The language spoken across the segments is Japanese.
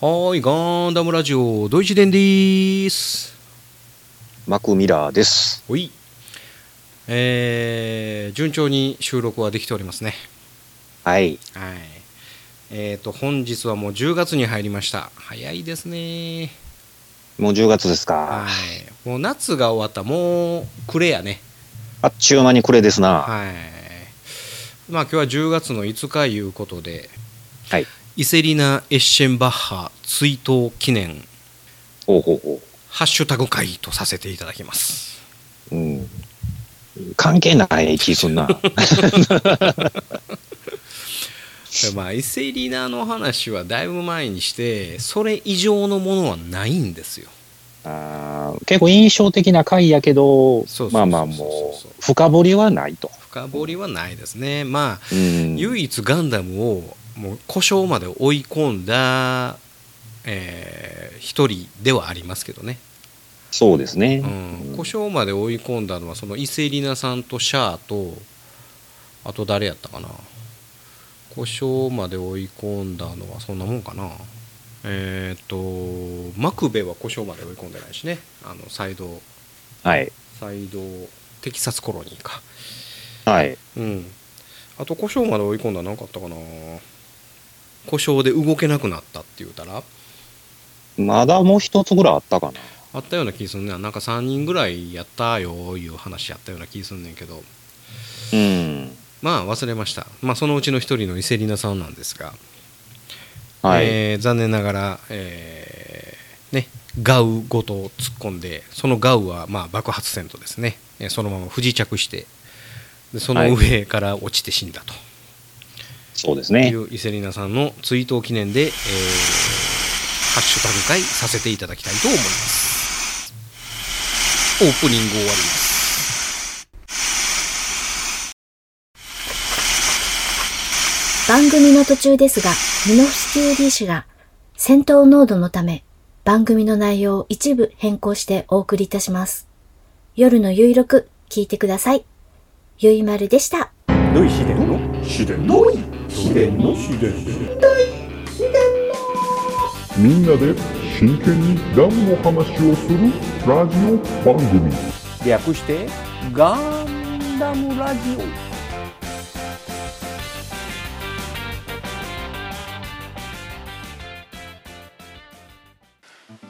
はーい、ガンダムラジオ、ドイツ伝でーす。マクミラーです。ほい。えー、順調に収録はできておりますね。はい。はい。えーと、本日はもう10月に入りました。早いですね。もう10月ですはか。い。もう夏が終わった、もう暮れやね。あっちゅう間にこれですな。はい。まあ今日は10月の5日いうことで、はい。イセリナ・エッシェンバッハ追悼記念、ほうほうほハッシュタグ会とさせていただきます。う。うん。関係ない気すんな。でまあ、伊勢リナの話はだいぶ前にしてそれ以上のものはないんですよあー結構印象的な回やけどそうそうそうそう、まあまあもう、深掘りはないと。深掘りはないですねまあうん。唯一ガンダムをもう故障まで追い込んだ、えー一人ではありますけどね、そうですねう。ん、故障まで追い込んだのはその伊勢リナさんとシャアとあと誰やったかな故障まで追い込んだのはそんなもんかなえっ、とマクベは故障まで追い込んでないしねあのサイドはい。サイドテキサスコロニーかはい。うんあと故障まで追い込んだのなかったかな故障で動けなくなったって言うたらまだもう一つぐらいあったかな。あったような気すんねんなんか3人ぐらいやったよいう話やったような気すんねんけどうん。まあ忘れました、まあ、そのうちの一人の伊勢里奈さんなんですが、はい。えー残念ながら、えーね、ガウごと突っ込んでそのガウはまあ爆発戦とですねえーそのまま不時着してでその上から落ちて死んだそうですといね。う伊勢里奈さんの追悼記念で、えーハッシュタグ会させていただきたいと思いますオープニング終わります番組の途中ですが、ミノフスキュー D 氏が戦闘濃度のため番組の内容を一部変更してお送りいたします。夜のゆいろく聞いてください。ゆいまるでした。ぬい秘伝の秘伝の秘伝の秘伝みんなで真剣にダムの話をするラジオ番組略してガンダムラジオ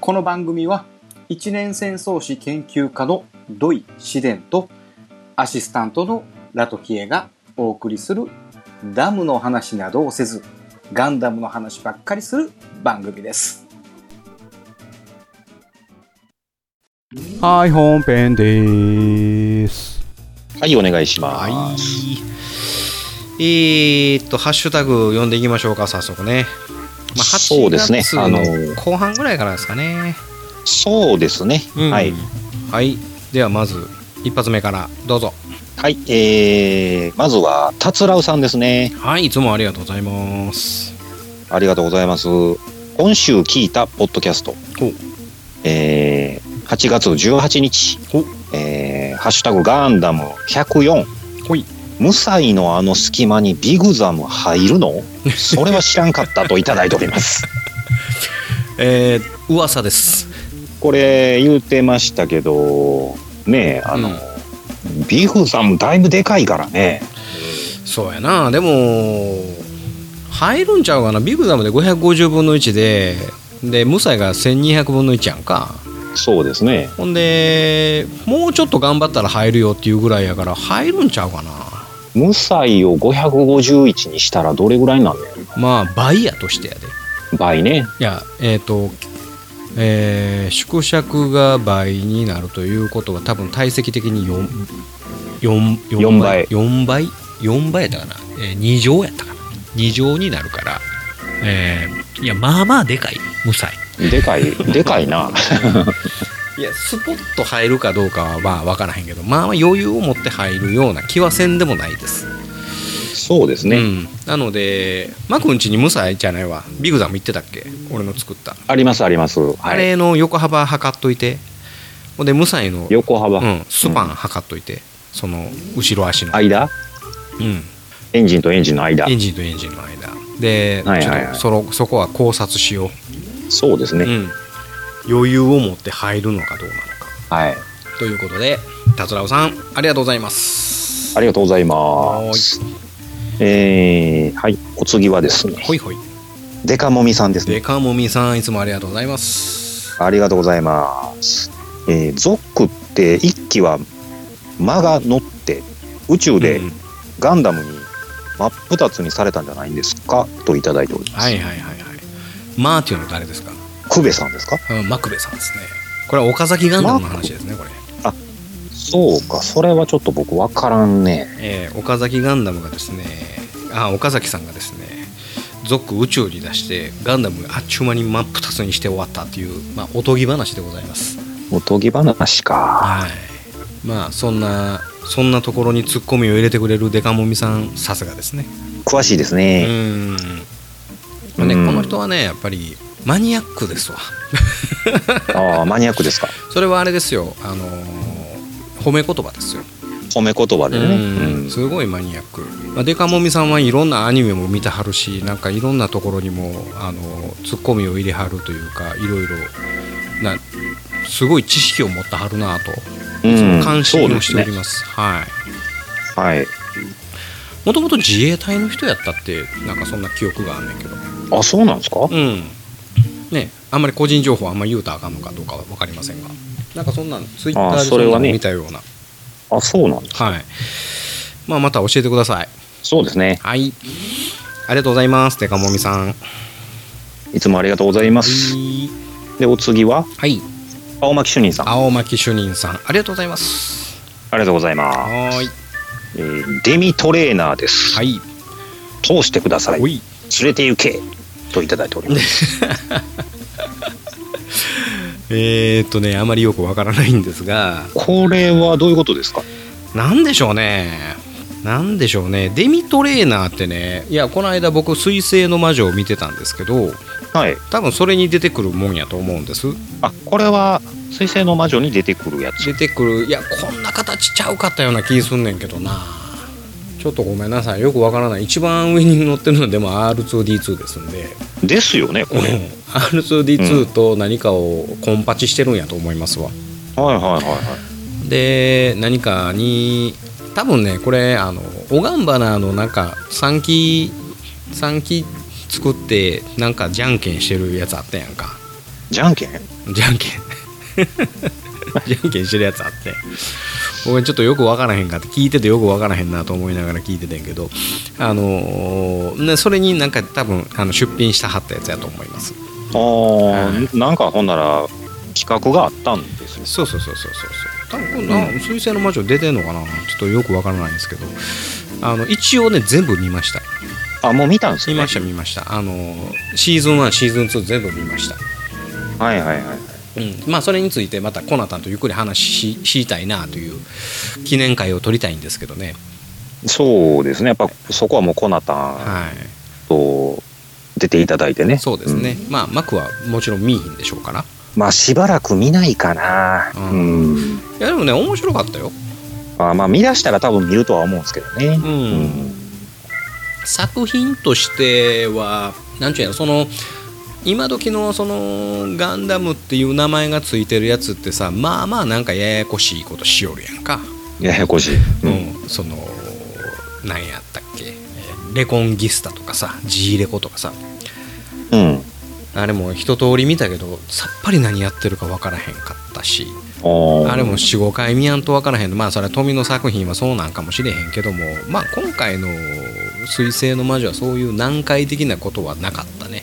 この番組は一年戦争史研究家の土井紫伝とアシスタントのラトヒエがお送りするダムの話などをせずガンダムの話ばっかりする番組です。はい本編でーすはい、お願いしはいます。えーっとハッシュタグ読んでいきましょうか早速ね、まあ、そうですね8月あのの後半ぐらいからですかねそうですね。うんはい。はいではまず一発目からどうぞはい。えー、まずは、たつらうさんですね。はいいつもありがとうございますありがとうございます。今週聞いたポッドキャストほう、えー8月18日ほう、えーハッシュタグガンダム104ほい、無才のあの隙間にビグザム入るのそれは知らんかったといただいてお ります。えー、噂ですこれ言うてましたけど、ねえ、あの、うんビグザムだいぶでかいからね。そうやなでも入るんちゃうかなビグダムで550分の1ででムサイが1200分の1やんかそうですね。ほんでもうちょっと頑張ったら入るよっていうぐらいやから入るんちゃうかな無才を551にしたらどれぐらいなんだよ。まあ倍やとしてやで倍ね。いやえっ、とえー縮尺が倍になるということは多分体積的に 4, 4, 四倍4倍4倍やったかな、え2乗やったかな2乗になるから、えーいやまあまあでかい無才でかい、でかいな。いやスポッと入るかどうかはまあ分からへんけどまあまあ余裕を持って入るような気はせんでもないですそうですね。うん、なのでマクんちにムサイじゃないわビグザム行ってたっけ俺の作ったありますあります。あはい、れの横幅測っといてほんで無才の、う横幅、ん、スパン測っといて、その後ろ足の、間うん、エンジンとエンジンの間エンジンとエンジンの間で、はいはいちょっはいとそのそこは考察しようそうですね。うん、余裕を持って入るのかどうなのかはい。ということで達郎さんありがとうございますありがとうございます。えー、はい。お次はですね、ほいほいデカモミさんですねデ。カモミさんいつもありがとうございますありがとうございます。えー、ゾックって一機は間が乗って宇宙でうんガンダムに真っ二つにされたんじゃないんですかといただいております。はいはいはいはいマーっていうのは誰ですか、久米さんですかうん、マクベさんですねこれは岡崎ガンダムの話ですねこれそうか、それはちょっと僕わからんね。えー岡崎ガンダムがですねあ岡崎さんがですねゾック宇宙に出してガンダムあっちゅう間に真っ二つにして終わったっていう、まあ、おとぎ話でございますおとぎ話か。はいまあそんなそんなところにツッコミを入れてくれるデカモミさんさすがですね詳しいですうね。んまあねうんこの人はねやっぱりマニアックですわああ、マニアックですか。それはあれですよあのー褒め言葉ですよ褒め言葉でね。うんすごいマニアック、まあ、デカモミさんはいろんなアニメも見てはるしなんかいろんなところにもあのツッコミを入れはるというかいろいろなすごい知識を持ってはるなと、うん関そう心をでしすておねり。ますはいはい。もともと自衛隊の人やったってなんかそんな記憶があんねんけどあ、そうなんですかうんねあんまり個人情報あんま言うたらあかんのかどうかは分かりませんがなんかそんなんツイッターであそそんれなはのね見たようなあ、そうなんだ。はいまあまた教えてくださいそうですね。はい。ありがとうございます、デカモミさん。はいつもありがとうございます。い。で、お次は、はい。青巻主任さん。あ青巻主任さん、ありがとうございます。りがとうございます。はーい。えーデミトレーナーです。はい。通してください。お連い。れて行け。といただいております。えー、っとね、あまりよくわからないんですが、これはどういうことですか。なんでしょうね。なんでしょうね。デミトレーナーってね、いや、この間僕、水星の魔女を見てたんですけど、はい。多分それに出てくるもんやと思うんです。あ、これは水星の魔女に出てくるやつ。出てくる、いや、こんな形ちゃうかったような気すんねんけどな。ちょっとごめんなさい。よくわからない。一番上に乗ってるのでも R2D2 ですんで。ですよね、これ。はい R2D2 と何かをコンパチしてるんやと思いますわ、はいはいはで何かに多分ねこれあのオガンバナーのなんか3期3期作ってなんかじゃんけんしてるやつあったやんかい。じゃんけん。じゃんけんじゃんけんしてるやつあって僕ちょっとよくわからへんかって聞いててよくわからへんなと思いながら聞いててんけどあのーねそれになんか多分あの出品したはったやつやと思いますああ、なんかほんなら企画があったんですよ。そうそうそうそうそうそう多分これな水星の魔女出てんのかなちょっとよくわからないんですけどあの一応ね全部見ましたあ、もう見たんです見ねま。した見ましたあのシーズン1シーズン2全部見ましたはいはいはい。うんまあそれについてまたコナタンとゆっくり話ししたいなという記念会を取りたいんですけどねそうですね。やっぱそこはもうコナタンはいと出ていただいてね。そうですね、ん。まあマクはもちろん見いひんでしょうからまあしばらく見ないかな。ううん。いやでもね面白かったよあまあ見出したら多分見るとは思うんですけどね。うん作品としては何ちゅうやろその今時のそのガンダムっていう名前がついてるやつってさまあまあなんかややこしいことしよるやんか、ややこしい。ううん。んその何やったっけえーレコンギスタとかさジーレコとかさうん。あれも一通り見たけどさっぱり何やってるかわからへんかったしああれも45回見やんとわからへんまあそれは富の作品はそうなんかもしれへんけどもまあ今回の「水星の魔女」はそういう難解的なことはなかったね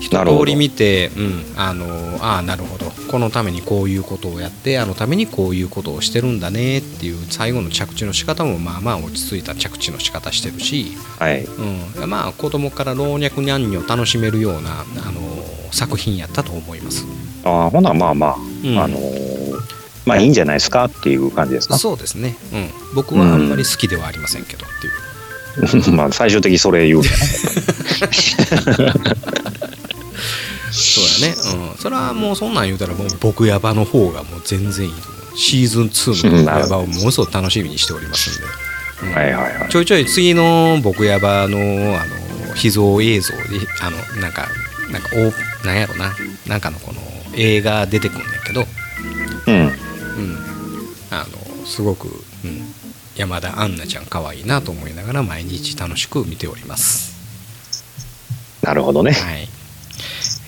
一なるほ通どり見て、うん、あのああなるほどこのためにこういうことをやってあのためにこういうことをしてるんだねっていう最後の着地の仕方もまあまあ落ち着いた着地の仕方してるし、はい。うん、まあ子供から老若男女楽しめるようなあの作品やったと思います。ああ、ほなまあまあ、うんあのーまあいいんじゃないですかっていう感じですか。そうですね、うん、僕はあんまり好きではありませんけどっていう、 まあ最終的にそれ言うね。そうやね、うん、それはもうそんなん言うたらもう僕ヤバの方がもう全然いいと思うシーズン2のうん僕なるヤほどバをものすごく楽しみにしておりますんで、うんはいはいはい。ちょいちょい次の僕ヤバのあの秘蔵映像であのなんかなんかおなんやろななんかのこの映画出てくるんだけど、うん。うん、あのすごく、うん、山田杏奈ちゃん可愛いなと思いながら毎日楽しく見ております。なるほどね。はい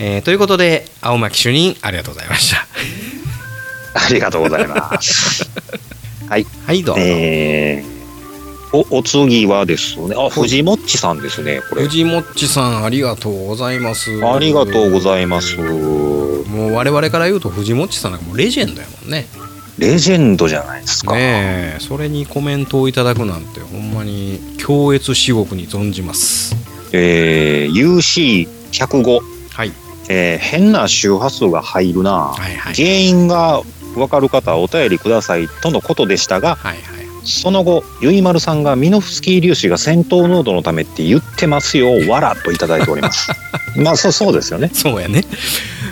えーということで青巻主任ありがとうございました。 ありがとうございます。はい。はいどうぞ、えー、お、お次はですね、あ、藤もっちさんですね、これ。藤もっちさんありがとうございます。ありがとうございます。もう我々から言うと藤もっちさんなんかもうレジェンドやもんね。レジェンドじゃないですか。ねえそれにコメントをいただくなんてほんまに強烈至極に存じます。えー、UC105。はいえー、変な周波数が入るな。はいはい原因がわかる方はお便りくださいとのことでしたが、はいはい。その後、ゆいまるさんがミノフスキー粒子が戦闘濃度のためって言ってますよ、わらといただいてお ります。まあ、そうそうですよね。そうやね。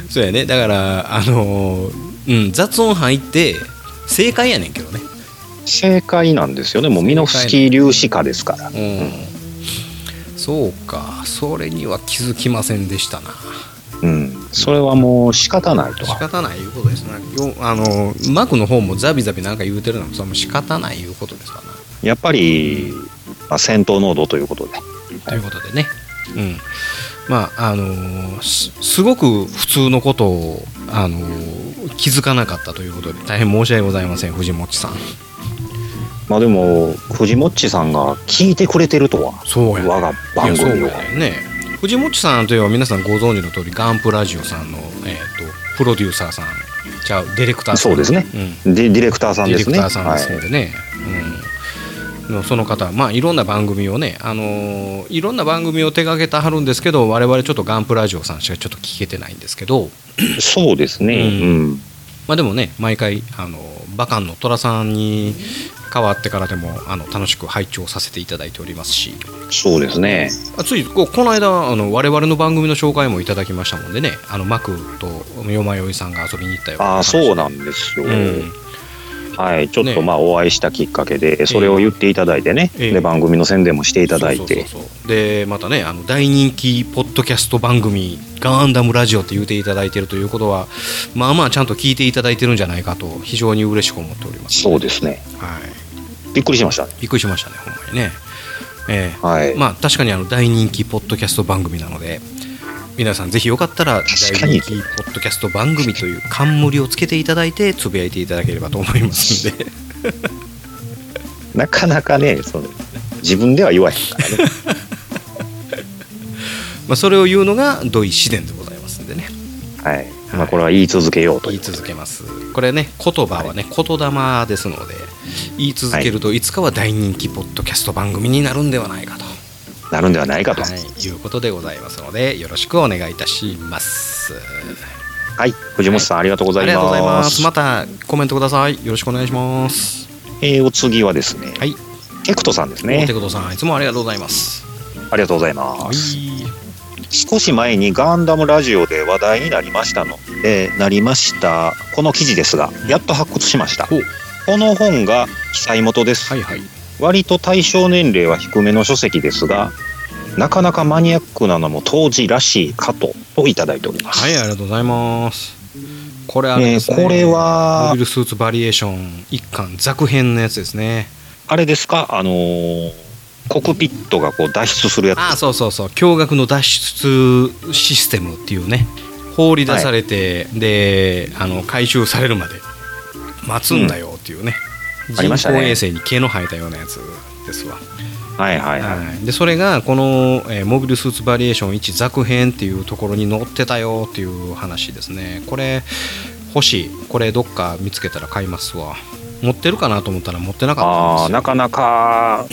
そうやね。だから、あのーうん、雑音入って、正解やねんけどね。正解なんですよね。もうミノフスキー粒子化ですから。うん。そうか。それには気づきませんでしたな。うん。それはもう仕方ないと仕。方ないいうことですな。よあのーマークの方もザビザビなんか言うてるのも、それも仕方ないいうことですわな。やっぱり、まあ、戦闘濃度ということで。ということでね、うん、まああのーすすごく普通のことを、あのー気づかなかったということで大変申し訳ございません藤本さんまあでも、藤もっちさんが聞いてくれてるとは。そうやね我が番いやそう組を。やね藤本さんといえば皆さんご存知の通りガンプラジオさんの、えー、とプロデューサーさんちゃうディレクターさんそうですねんで、ディレクターさんディでレすクね。ターさんですはのでね、うん、のその方は、まあ、いろんな番組をね、あのーいろんな番組を手掛けてはるんですけど我々ちょっとガンプラジオさんしかちょっと聞けてないんですけど、い。そうですね。ううん。まあ、でもね毎回、あのバカンの寅さんに変わってからでもあの楽しく拝聴させていただいておりますしそうですね。あついここの間あの我々の番組の紹介もいただきましたもんでねあのマクとよまよいさんが遊びに行ったよああ、そうななんですよ。うん、はい、ちょっねとまあお会いしたきっかけで、それを言っていただいてね、ええで番組の宣伝もしていただいて、そうそうそうそうでまたねあの大人気ポッドキャスト番組「ガンダムラジオ」って言うていただいてるということはまあまあちゃんと聞いていただいてるんじゃないかと非常に嬉しく思っております、そうですね、はい、びっくりしましたね。びっくりしましたねほんまにねええはい、まあ確かにあの大人気ポッドキャスト番組なので皆さんぜひよかったら確か大に人気ポッドキャスト番組という冠をつけていただいてつぶやいていただければと思いますんで なかなかね、その自分では言わへんからね。まあそれを言うのが土井紫伝でございますんでねはい、まあこれは言い続けようと言い。いう続けますこれね言葉はね、言霊ですので言い続けるといつかは大人気ポッドキャスト番組になるんではないかと、なるんではないかと。はい、いうことでございますのでよろしくお願いいたしますはい、藤本さん、ありがとうござあいりがとうございま。ますすまたコメントくださいよろしくお願いしますえーお次はですね、はいエクトさんです大ね手。ことさんいつもありがとうございますありがとうございはます。い少し前にガンダムラジオで話題になりましたので、なりました、この記事ですが、やっと発掘しました。ほうこの本が記載元です。はいはい割と対象年齢は低めの書籍ですがなかなかマニアックなのも当時らしいかとといただいております、はいありがとうございますこれあれですね、えーこれはモビルスーツバリエーション一巻続編のやつですねあれですかあのーコクピットがこう脱出するやつああそうそうそう驚愕の脱出システムっていうね放り出されて、であの回収されるまで待つんだよっていうね、ありまし人たね工衛星に毛の生えたようなやつですわ、はいはいはい、はい、でそれがこの、えーモビルスーツバリエーション1続編」っていうところに載ってたよっていう話ですねこれ欲しいこれどっか見つけたら買いますわ持ってるかなと思ったら持ってなかったんあーですよなかなか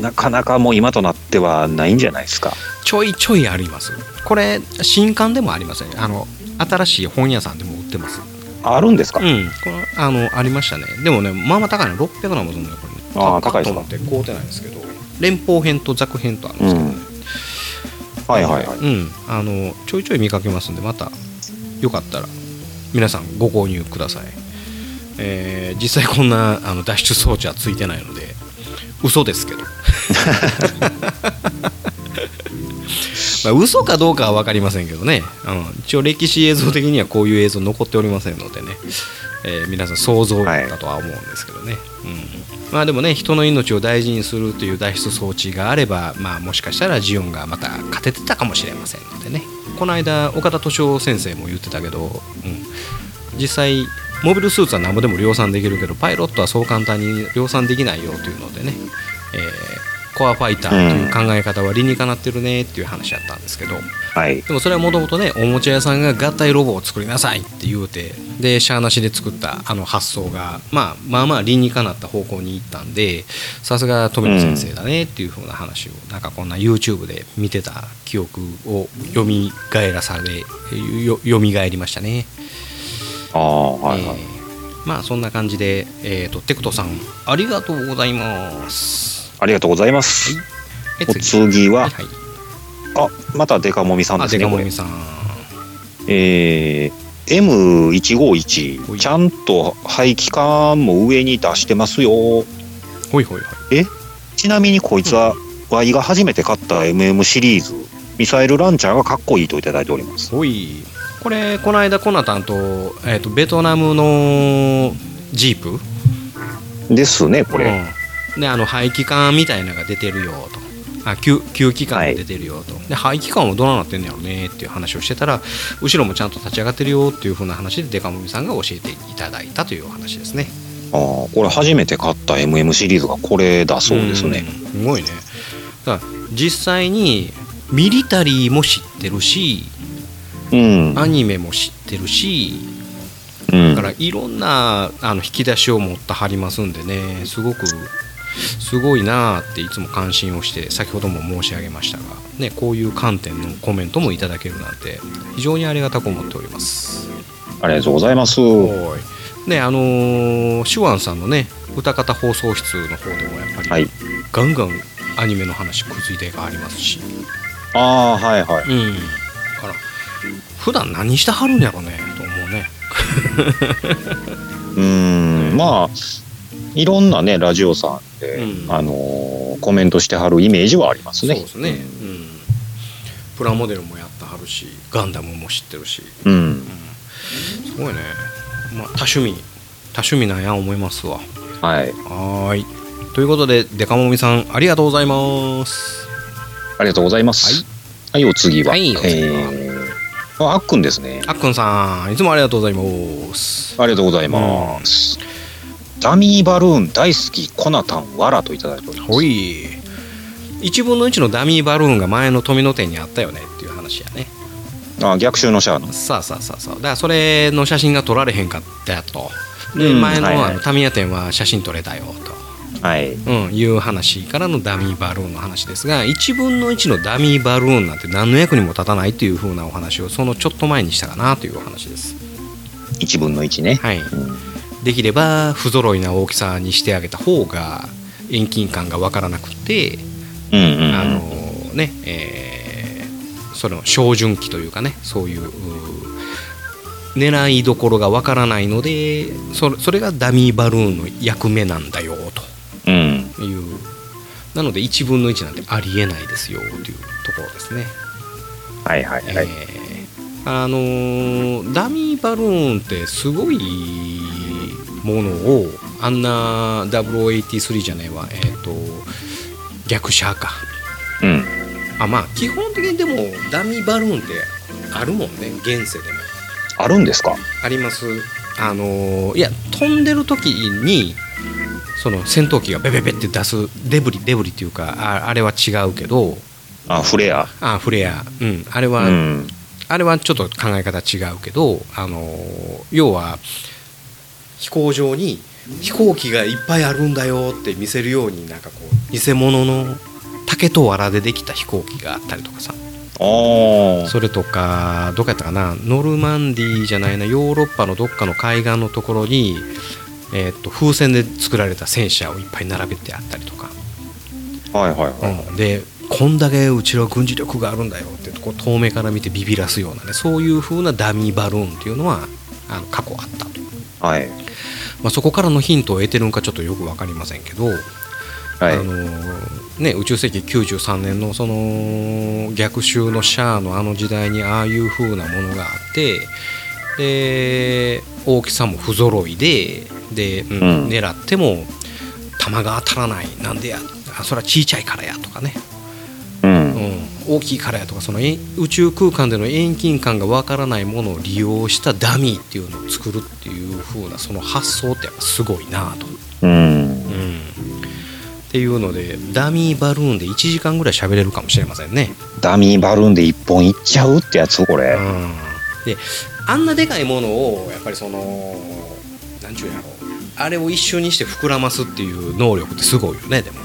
なかなかもう今となってはないんじゃないですかちょいちょいありますこれ新刊でもありますねあの新しい本屋さんでも売ってますあるんですか、うんこれあのありましたねでもねまあまあ高いの600なんもするんだよこれねあ高ー高っといですか思って買うてないんですけど連邦編と続編とあるんですけどね、はいはいはいうん、あのちょいちょい見かけますんでまたよかったら皆さんご購入ください、えー実際こんなあの脱出装置はついてないので嘘ですけどまあ、嘘かどうかは分かりませんけどね、うん、一応歴史映像的にはこういう映像残っておりませんのでね、えー皆さん想像だとは思うんですけどね、うんまあ、でもね人の命を大事にするという脱出装置があれば、まあ、もしかしたらジオンがまた勝ててたかもしれませんのでねこの間岡田敏夫先生も言ってたけど、うん、実際モビルスーツは何ぼでも量産できるけどパイロットはそう簡単に量産できないよというのでね、えーコアファイターという考え方は理にかなってるねっていう話やったんですけど、はい。でもそれはもともとねおもちゃ屋さんが合体ロボを作りなさいって言うてでしゃーなしで作ったあの発想が、まあ、まあまあ理にかなった方向に行ったんでさすが富野先生だねっていう風な話を、なんかこんな YouTube で見てた記憶を蘇らされよ蘇りましたね。ああ、はいはいえ。ーまあそんな感じで、えー、とテクトさんありがとうございます。ありがとうございます。えお次は、いいあ、またデカモミさんあですデね。カこモれミさん。えー M151 ちゃんと排気管も上に出してますよほいほいほい。ちなみにこいつはワイが初めて買った MM シリーズミサイルランチャーがかっこいいといただいておりますほいこれこの間コナタンと,、えー、とベトナムのジープですねこれ、うん、であの排気管みたいなのが出てるよとあ吸吸気管が出てるよと、で排気管はどうなってんのやろねっていう話をしてたら後ろもちゃんと立ち上がってるよっていう風な話でデカモミさんが教えていただいたというお話ですねあーこれ初めて買った MM シリーズがこれだそうですね、うんすごいねだから実際にミリタリーも知ってるしうんアニメも知ってるしうんだからいろんなあの引き出しを持ってはりますんでねすごくすごいなあっていつも感心をして先ほども申し上げましたが、ね、こういう観点のコメントもいただけるなんて非常にありがたく思っております。ありがとうございますねあのーシュワンさんのね歌方放送室の方でもやっぱり、はいガンガンアニメの話くっついてがありますし、ああはいはいうん、だから普段何してはるんやろねと思うね。うーんまあいろんなねラジオさんで、うんあのーコメントしてはるイメージはありますねそうですね、うん、プラモデルもやってはるしガンダムも知ってるしうんすごいね、まあ、多趣味多趣味なんや思いますわはいはーいということでデカモミさんありがとうございますありがとうございます。はい、お次は。はいお次はえーあ、あっくんですね。あっくんさんいつもありがとうございますありがとうございます。ダミーバルーン大好き、コナタン、わらといただいております。ほい1分の1のダミーバルーンが前の富野店にあったよねっていう話やねあ、逆襲のシャアの。さあさあさあさあだからそれの写真が撮られへんかったやとで、うん前の,、はいはいあのタミヤ店は写真撮れたよとはい。うん、いう話からのダミーバルーンの話ですが1分の1のダミーバルーンなんて何の役にも立たないというふうなお話をそのちょっと前にしたかなというお話です、一分の一ね。はい、うんできれば不揃いな大きさにしてあげた方が遠近感がわからなくて、うんうんうん。あのねえーその照準期というかねそういううー狙いどころがわからないのでそそれがダミーバルーンの役目なんだよと。うん。いうなので1分の1なんてありえないですよというところですね、はいはいはい。えーあのーダミーバルーンってすごいものをあんな0083じゃないわえっ、と逆シャーかうん。あまあ基本的にでもダミーバルーンってあるもんね現世でもあるんですかありますあのーいや飛んでる時にその戦闘機がベベベって出すデブリデブリっていうかああれは違うけどあ、フレア。あフレア、うん、あれうは、ん。あれはちょっと考え方違うけどあのー要は飛行場に飛行機がいっぱいあるんだよって見せるようになんかこう偽物の竹と藁でできた飛行機があったりとかさあーそれとかどこやったかなノルマンディーじゃないなヨーロッパのどっかの海岸のところに、えーっと風船で作られた戦車をいっぱい並べてあったりとか、はいはいはい。うんでこんだけうちの軍事力があるんだよってこう遠目から見てビビらすようなねそういう風なダミーバルーンっていうのはあの過去あったと、はい。まあ、そこからのヒントを得てるのかちょっとよく分かりませんけどはいあのね、宇宙世紀93年のその逆襲のシャアのあの時代にああいう風なものがあってで大きさも不揃いでで、うんうん狙っても弾が当たらないなんでやあそれは小さいからやとかね、うんうん、大きいからやとかそのえ宇宙空間での遠近感がわからないものを利用したダミーっていうのを作るっていう風なその発想ってやっぱすごいなと。うんっていうのでダミーバルーンで1時間ぐらい喋れるかもしれませんね、ダミーバルーンで一本いっちゃうってやつこれうん、であんなでかいものをやっぱりその何ちゅうんやろあれを一瞬にして膨らますっていう能力ってすごいよねでも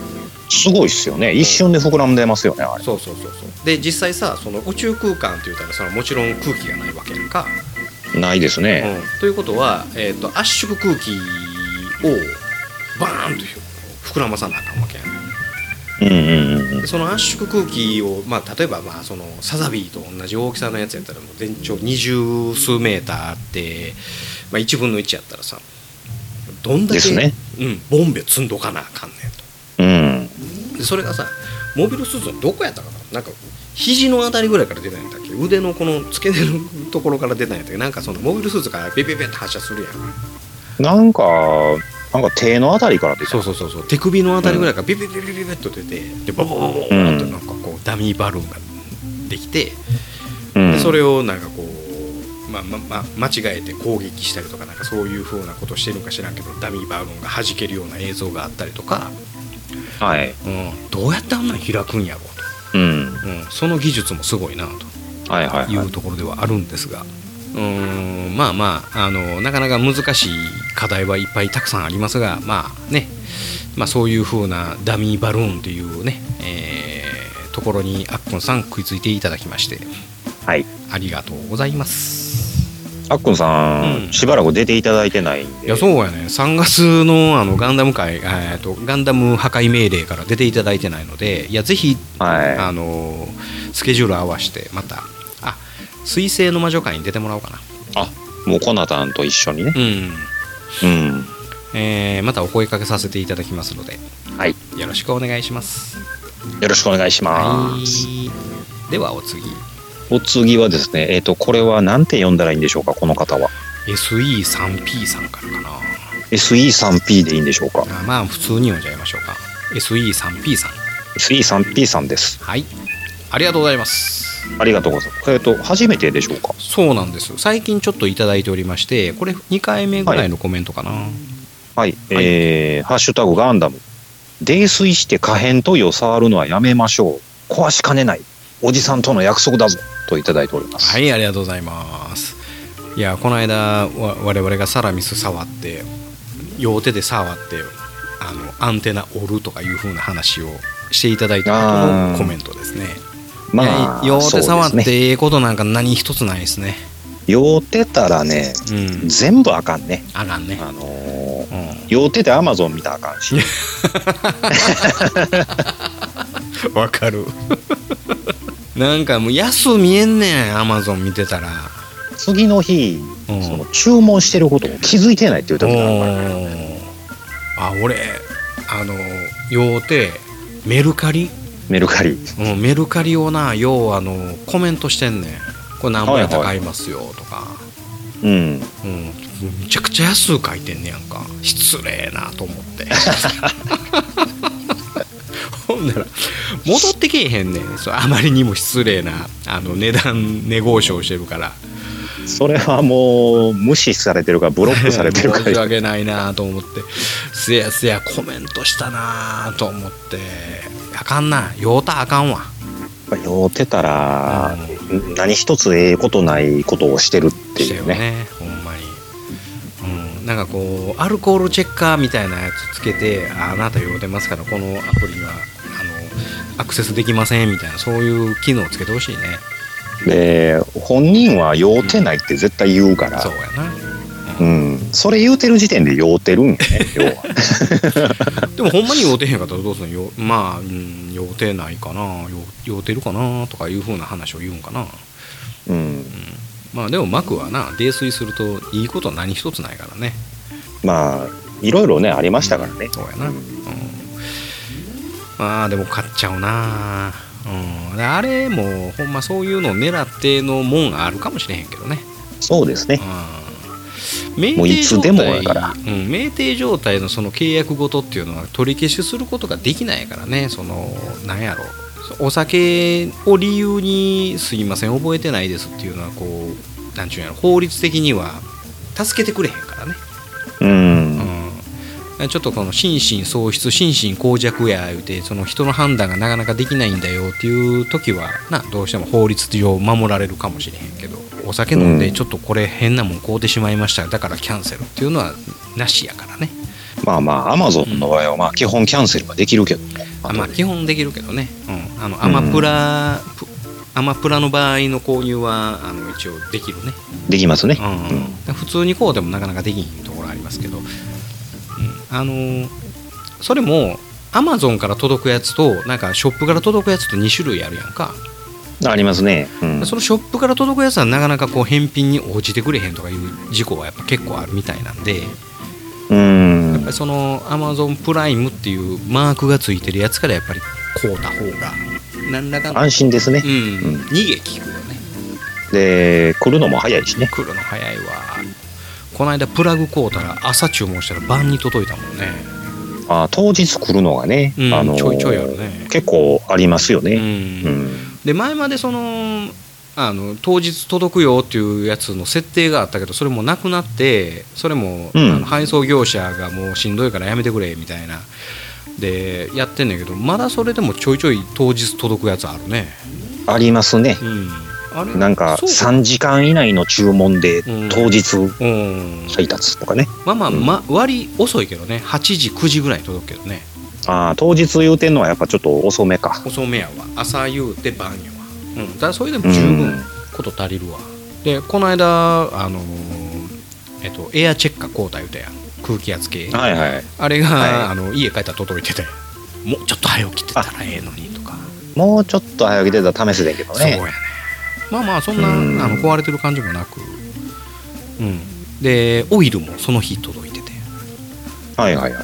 すごいっすよね一瞬で膨らんでますよねあれそうそうそうそうで実際さその宇宙空間って言ったらそのもちろん空気がないわけやんか、ないですうね、ん、ということは、えー、と圧縮空気をバーンと膨らまさなあかんわけやんうん、うんうんうんでその圧縮空気を、まあ、例えばまあそのサザビーと同じ大きさのやつやったらもう全長二十数メーターあって、まあ、1分の1やったらさどんだでけ、すねうん、ボンベ積んどかなあかんねんうんとでそれがさモビルスーツのどこやったかななんか肘のあたりぐらいから出たんやったっけ腕のこの付け根のところから出たんやったっけなんかそのモビルスーツからビビビって発射するやんなんかなんか手のあたりからでそうそうそうそう手首のあたりぐらいからビビビビビビッと出てでボボボボボーってなんかこうダミーバルーンができて、うんでそれをなんかこう、まあまま、間違えて攻撃したりとかなんかそういうふうなことしてるのか知らんけどダミーバルーンが弾けるような映像があったりとか、はいうん、どうやってあんなん開くんやろうんうと、うん、その技術もすごいなとはいはいいはいうところではあるんですが。うーんまあまああのなかなか難しい課題はいっぱいたくさんありますがまあね、まあ、そういうふうなダミーバルーンというね、えーところにあっこんさん食いついていただきましてはいありがとうございます。あっくんさん、うんしばらく出ていただいてないんでいやそうやね3月のあのガンダム会、えー、とガンダム破壊命令から出ていただいてないのでいやぜひ、はいあのスケジュール合わせてまたあ水星の魔女会に出てもらおうかなあもうコナタンと一緒にねうん、うんえーまたお声かけさせていただきますのではいよろしくお願いしますよろしくお願いします、はいではお次お次はですねえっ、とこれは何て読んだらいいんでしょうかこの方は SE3P さんからかな SE3P でいいんでしょうかあまあ普通に読んじゃいましょうか SE3P さん SE3P さんですはいありがとうございますありがとうございますえっ、と初めてでしょうかそうなんです最近ちょっといただいておりましてこれ2回目ぐらいのコメントかな、はい、えーハッシュタグガンダム泥酔して可変と与触るのはやめましょう壊しかねないおじさんとの約束だぞといただいております、はい、ありがとうございますいやこの間わ我々がサラミス触って両手で触ってあのアンテナ折るとかいう風な話をしていただいたことのコメントですねいまやあ両手触っそうですてねええことなんか何一つないですね酔ってたらねうん全部あかんねあらんねあのーう酔っててアマゾン見たらあかんしんわかる なんかもう安見えんねんアマゾン見てたら次の日、うんその注文してることを気づいてないっていう時があるからあ俺あの用てメルカリ、メルカリうん、メルカリをなようあのコメントしてんねんこれ何本やったら買いますよとか、うんうん、めちゃくちゃ安く書いてんねやんか失礼なと思って ほんなら戻ってけえへんねんそうあまりにも失礼なあの値段値交渉してるからそれはもう無視されてるかブロッ クされてる か申しら訳ないなと思ってすやすやコメントしたなと思ってあかんな酔うたらあかんわ酔ってたらうん何一つええことないことをしてるってしていようねねほんまに、うん、なんかこうアルコールチェッカーみたいなやつつけてああなた酔うてますからこのアプリにはあのアクセスできませんみたいなそういう機能をつけてほしいねで本人は酔ってないって絶対言うからそうやなうん、それ言うてる時点で酔ってるんよ ね要はでもほんまに酔うてへんかったらどうするのよまあ、うん、酔うてないかな酔う酔うてるかなとかいうふうな話を言うんかなうんまあでもマクはな泥酔するといいこと何一つないからねまあいろいろねありましたからねそうやな、うんああでも買っちゃうなうんであれもほんまそういうのを狙ってのもんあるかもしれへんけどねそうですね。うん酩もうい酊つ状で態もやからうん、酩酊状態のその契約ごとっていうのは取り消しすることができないからねそのなんやろお酒を理由に「すいません覚えてないです」っていうのはこうなんちゅうんやろ法律的には助けてくれへんからねう。うんん、ちょっとこの心神喪失心神耗弱や言うてその人の判断がなかなかできないんだよっていう時はなどうしても法律上守られるかもしれへんけどお酒飲んうでんちょっとこれ変なもん買うてしまいましただからキャンセルっていうのはなしやからねまあまあ、アマゾンの場合は、まあ、基本キャンセルはできるけどね。あまあ基本できるけどね、うん、あのアマプラ、プアマプラの場合の購入はあの一応できるねできますね。うん、普通にこうでもなかなかできひんところありますけど、うん、あのーそれもアマゾンから届くやつとなんかショップから届くやつと2種類あるやんか、ありますね。うん。そのショップから届くやつはなかなかこう返品に応じてくれへんとかいう事故はやっぱ結構あるみたいなんでやっうぱん。りそのアマゾンプライムっていうマークがついてるやつからやっぱり買うた方がなんだかんだ、安心ですねうん。、うん逃げ聞くよねで、来るのも早いしね。来るの早いわこの間プラグ買うたら朝注文したら晩に届いたもんねあ当日来るのがね、うんあのちょいちょいあるね結構ありますよう、ね。うんん。で前までそのあの当日届くよっていうやつの設定があったけどそれもなくなってそれも、うんあの配送業者がもうしんどいからやめてくれみたいなでやってんねんけどまだそれでもちょいちょい当日届くやつあるね、ありますね。うん、あれなんか、そう3時間以内の注文でうん、当日うん配達とかね。まあまあ、うんま、割遅いけどね8時9時ぐらいに届くけどねああ、当日言うてんのはやっぱちょっと遅めか。細めやわ朝言うて晩やわ、うん、だからそれでも十分こと足りるわ、でこの間あのーえっとエアチェッカー交代言うたやん空気圧計はいはい。あれが、はいあの家帰ったら届いててもうちょっと早起きてたらええのにとか、もうちょっと早く出たら試せてんけどそうやねね。まあまあそんな、うんあの壊れてる感じもなくうんでオイルもその日届いてて、はいはいはい。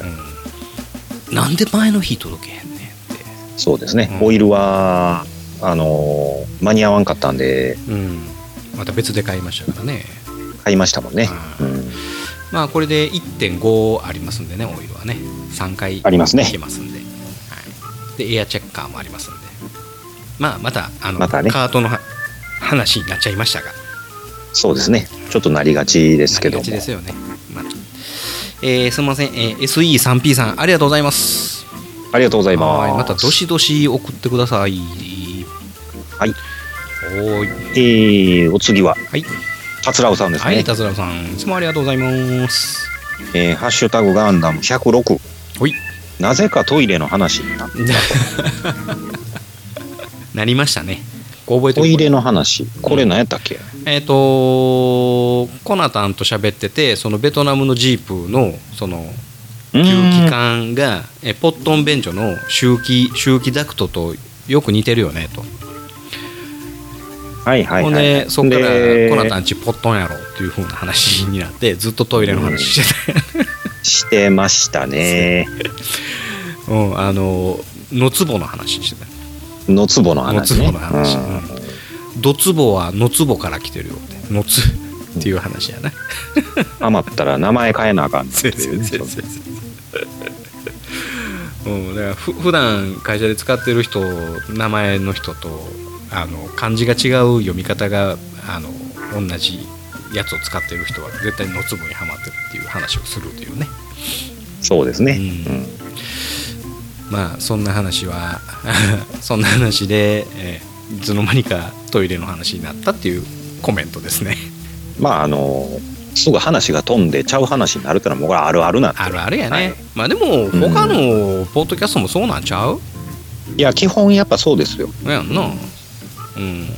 うん、なんで前の日届けへんねんってそうですね。うんオイルは、あのー間に合わんかったんで、うんまた別で買いましたからね買いましたもんね。ううんん。まあこれで1.5ありますんでねオイルはね3回ありますねいけますんで,、はい、でエアチェッカーもありますんでまあまたあのまたねカートのは話になっちゃいましたがそうですね。ちょっとなりがちですけどなもりがち。ですよね、まあえーすみません、えー SE3P さんありがとうございますありがとうございまはす。いまたどしどし送ってくださいはいおーいえーお次は、はい、たつらうさんですはね。い、たずらさんいつもありがとうございますえーハッシュタグガンダム106。ほいなぜかトイレの話になった。 なりましたねこう覚えてトるイレの話。これ何やったっけえっ、とコナタンと喋っててそのベトナムのジープのそのう吸気ーん。管がえポットン便所の周期周期ダクトとよく似てるよねと、はいはいほんはい。でそっからでコナタンちポットンやろっていう風な話になってずっとトイレの話 してて、してましたね。うんあの野壺の話してのつぼのた野話壺ね。の話、うんうんドツボは野壺から来てるよって野つっていう話やな、 余ったら名前変えなあかんって全い然うね。全然うん、だからふ普段会社で使ってる人名前の人とあの漢字が違う読み方があの同じやつを使ってる人は絶対のつぼにはまってるっていう話をするというねそうですね。うんうんまあそんな話は そんな話で、えーいつの間にかトイレの話になったっていうコメントですねまああのすぐ話が飛んでちゃう話になるってのはもうこれあるあるなんであるあるやね、はいまあでも他のポッドキャストもそうなんちゃう、いや基本やっぱそうですよやんなうん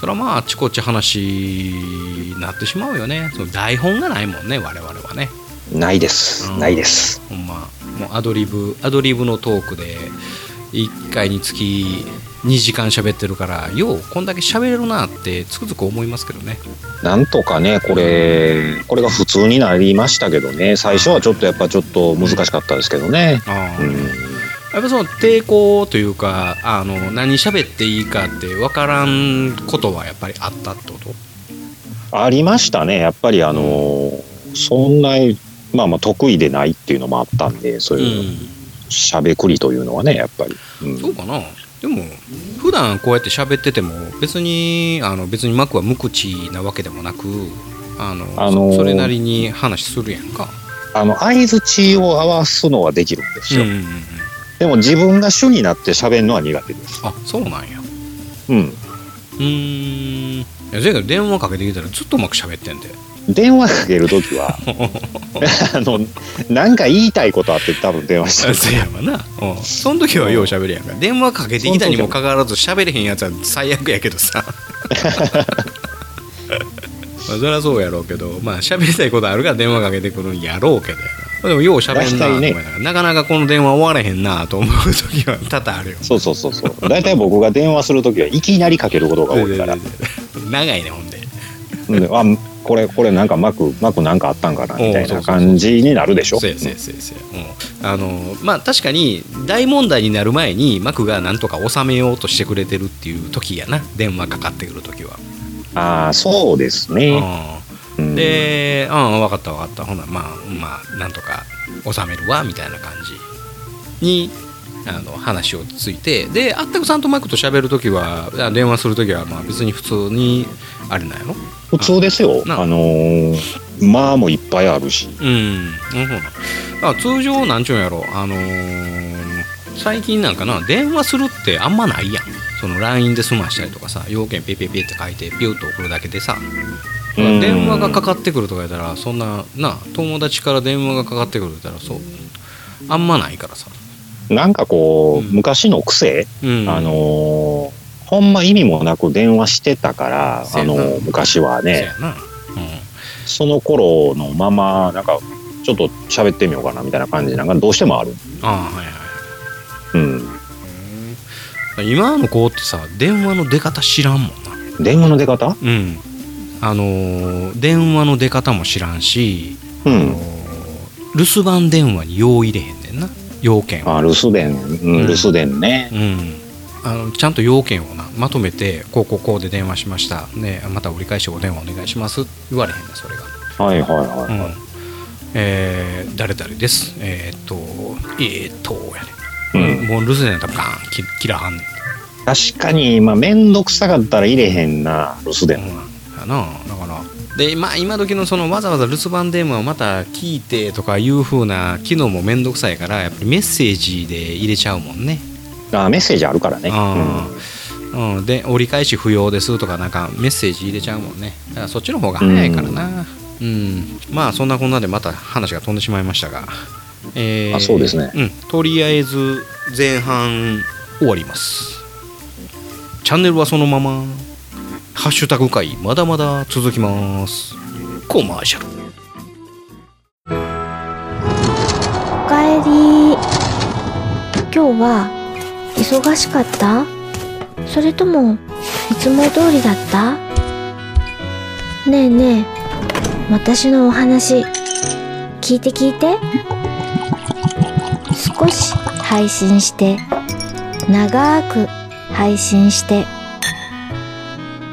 それはまああちこち話になってしまうよねその台本がないもんね我々はねないです、うんないですほんまもうアドリブアドリブのトークで1回につき2時間喋ってるからようこんだけ喋れるなってつくづく思いますけどねなんとかねこれこれが普通になりましたけどね最初はちょっとやっぱちょっと難しかったですけどねああ、うんやっぱその抵抗というかあの何喋っていいかって分からんことはやっぱりあったってことありましたね、やっぱりあのーそんな、まあまあ得意でないっていうのもあったんで、そうういうんしゃべくりというのはね、やっぱり。うんそうかなでも普段こうやって喋ってても別にあの別に幕は無口なわけでもなくあの、あのーそそれなりに話するやんか、あの、相づちを合わすのはできるんですうんうよ。んうん、でも自分が主になって喋るのは苦手です。あそうなんやうん。うーんいやせやけど電話かけてきたらずっとうまく喋ってんで電話かけるときは、あの、なんか言いたいことあって多分電話したんですせやわな、うん、その時はよう喋るやんか電話かけてきたにもかかわらず喋れへんやつは最悪やけどさまあそりゃそうやろうけどまあ喋りたいことあるから電話かけてくるんやろうけどやなでもよう喋んなと思いながら、なかなかこの電話終われへんなと思う時は多々あるよそうそうそうそう。大体僕が電話するときはいきなりかけることが多いから。長いねほんでうん、あこれこれなんか幕幕なんかあったんかなみたいおうそうそうなそう感じになるでしょそうやそうやそうやそうやうんあのまあ確かに大問題になる前にマクがなんとか収めようとしてくれてるっていう時やな電話かかってくる時は、ああそうですね、うんうん、で、うん、分かった分かった、ほな、まあ、まあ、なんとか収めるわ、みたいな感じに、あの、話をついて、で、あったくさんとマイクと喋るときは、あ電話するときは、まあ、別に普通に、あれなんやろ普通ですよなあのーまあもいっぱいあるしうん、そうなん。だから通常、なんちゅうんやろ、あのー最近なんかな、電話するってあんまないやん。その LINE で済ましたりとかさ、要件ペペペって書いて、ピュッと送るだけでさ、うん電話がかかってくるとか言ったらそんなな友達から電話がかかってくるって言ったらそうあんまないからさ、なんかこう、うん昔の癖、うん、あのーほんま意味もなく電話してたから、せあやなのー昔はそうねやな、その頃のままなんかちょっと喋ってみようかなみたいな感じなんかどうしてもあるうん、ああはいはうんい今の子ってさ電話の出方知らんもんな電話の出方うんあのー電話の出方も知らんし、うあのーん留守番電話に用入れへんねんな要件をあ留守電、うん、留守電ねうん、あのちゃんと要件をなまとめてこうこうこうで電話しました、ね、また折り返しお電話お願いします言われへんねんそれがはいはいはうい、んえー誰々ですえーっとえーっとやね、うんもう留守電やったらガーン切切らはんねん確かに、まあ、めんどくさかったら入れへんな、留守電は。やなだからで、まあ、今時のそのわざわざ留守番電話をまた聞いてとかいう風な機能もめんどくさいからやっぱりメッセージで入れちゃうもんねあメッセージあるからね。あーうん、で折り返し不要ですとかなんかメッセージ入れちゃうもんねだからそっちの方が早いからなうん、まあそんなこんなでまた話が飛んでしまいましたが、えーあそうですねうん、とりあえず前半終わりますチャンネルはそのまま「ハッシュタグ会」まだまだ続きますコマーシャルおかえり今日は忙しかったそれともいつも通りだったねえねえ私のお話聞いて聞いて少し配信して長く配信して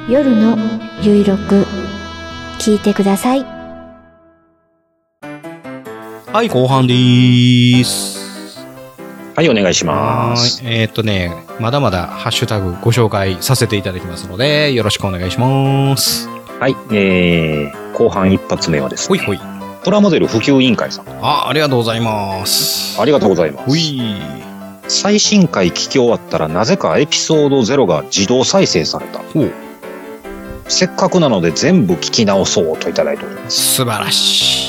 夜のゆいろく聞いてくださいはい後半でーすはい、お願いしはまーす。い。えーっとね、まだまだハッシュタグご紹介させていただきますので、よろしくお願いします。はい、えー、後半一発目はですほいね、ほい。プラモデル普及委員会さん、あ、ありがとうございます。ありがとうございまほす。い。最新回聞き終わったら、なぜかエピソード0が自動再生された。おせっかくなので全部聞き直そうといただいております。素晴らし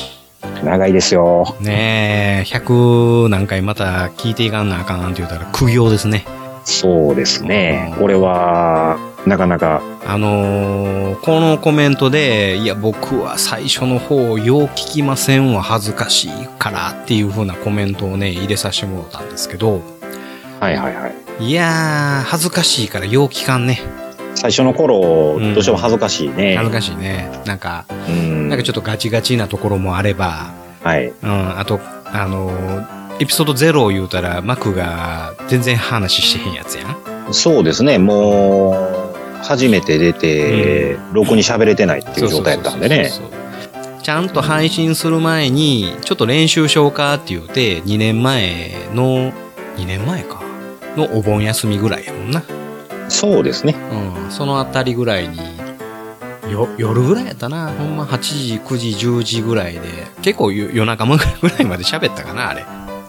長いですよ。い。ねえ、100何回また聞いていかんなあかんって言ったら苦行ですね。そうですね。これは、なかなか、あのーこのコメントで、いや、僕は最初の方、よう聞きませんわ、恥ずかしいからっていう風なコメントをね、入れさせてもらったんですけど、はいはいはい。いやー、恥ずかしいからよう聞かんね。最初の頃、うんどうしても恥ずかしいね。恥ずかしいね。なんか、うんなんかちょっとガチガチなところもあれば、はい。うん、あと、あのーエピソード0を言うたらマクが全然話してへんやつやんそうですね、もう、初めて出て、ろくに喋れてないっていう状態やったんでね。そうそうそうそうちゃんと配信する前にちょっと練習しようかって言うて2年前の2年前かのお盆休みぐらいやもんなそうですね。うん、そのあたりぐらいに、よ、夜ぐらいやったな。ほんま8時、9時、10時ぐらいで、結構夜夜中ぐらいまで喋ったかな、あれ。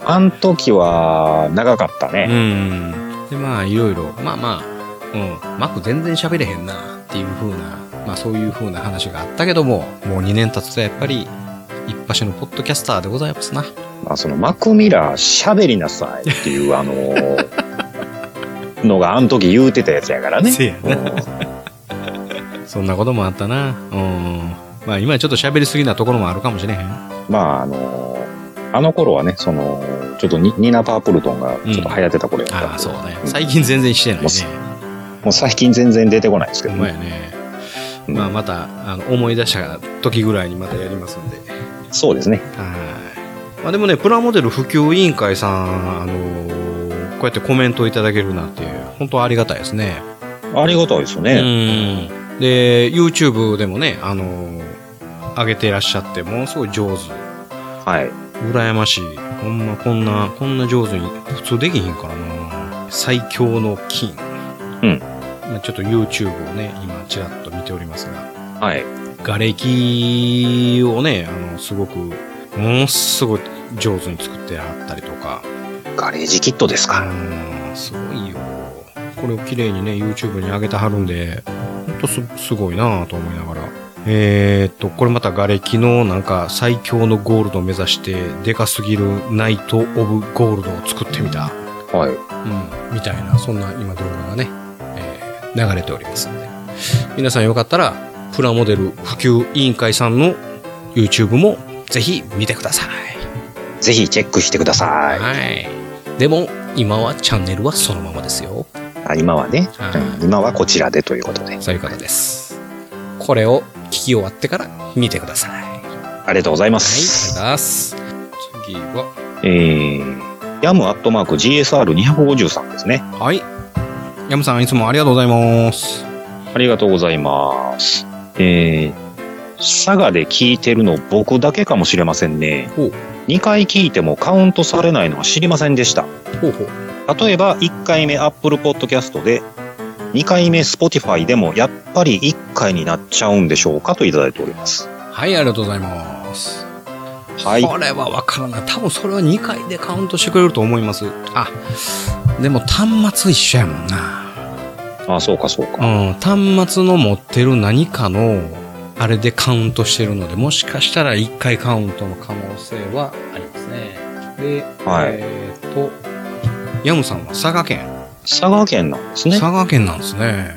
あん時は、長かったうね。ん。で、まあ、いろいろ、まあまあ、うん、マック全然喋れへんな、っていう風な、まあそういう風な話があったけども、もう2年経つとやっぱり、一発のポッドキャスターでございますな。まあ、その、マクミラー、喋りなさいっていう、あの ーのがあん時言うてたやつやからね。せやなそんなこともあったな。うん。まあ今ちょっと喋りすぎなところもあるかもしれへん。まあ、あのーあの頃はね、その、ちょっとニニナ・パープルトンがちょっと流行ってた頃やったんでああ、そうね。最近全然してないね。もう最近全然出てこないですけどほんまやね。うんまあ、またあの思い出した時ぐらいにまたやりますんで。そうですね。はい。まあ、でもね、プラモデル普及委員会さん、あのーこうやってコメントいただけるなんて、本当ありがたいですね。ありがたいですうね。ん。で、YouTube でもね、あのー上げていらっしゃって、ものすごい上手。はい。羨ましい。ほんま、こんな、こんな上手に、普通できひんからな。最強の金。うんまあ。ちょっと YouTube をね、今、ちらっと見ておりますが。はい。瓦礫をねあのすごくものすごい上手に作ってあったりとかガレージキットですか。うんすごいよこれを綺麗にね YouTube に上げてはるんでほんとすすごいなぁと思いながらえー、っとこれまた瓦礫のなんか最強のゴールドを目指してでかすぎるナイト・オブ・ゴールドを作ってみた、はい。うん、みたいなそんな今動画がね、えー流れておりますので皆さんよかったらプラモデル普及委員会さんの YouTube もぜひ見てくださいぜひチェックしてください。いでも今はチャンネルはそのままですよあ今はね、はいうん今はこちらでということで。そういうことですこれを聞き終わってから見てくださいはいありがとうありがとうございまござす。います次はえー、ヤムアットマーク GSR253 ですね。はいヤムさんいつもありがとうございますありがとうございます。えー、佐賀で聞いてるの僕だけかもしれませんねほう。 2回聞いてもカウントされないのは知りませんでした。ほうほう例えば1回目 Apple Podcast で2回目 Spotify でもやっぱり1回になっちゃうんでしょうかといただいておりますはいありがとうございますはいこれは分からない多分それは2回でカウントしてくれると思いますあでも端末一緒やもんなああそうかそうか、うん端末の持ってる何かのあれでカウントしてるのでもしかしたら1回カウントの可能性はありますねで、はいえっ、とヤムさんは佐賀県、佐賀県なんですね佐賀県なんですね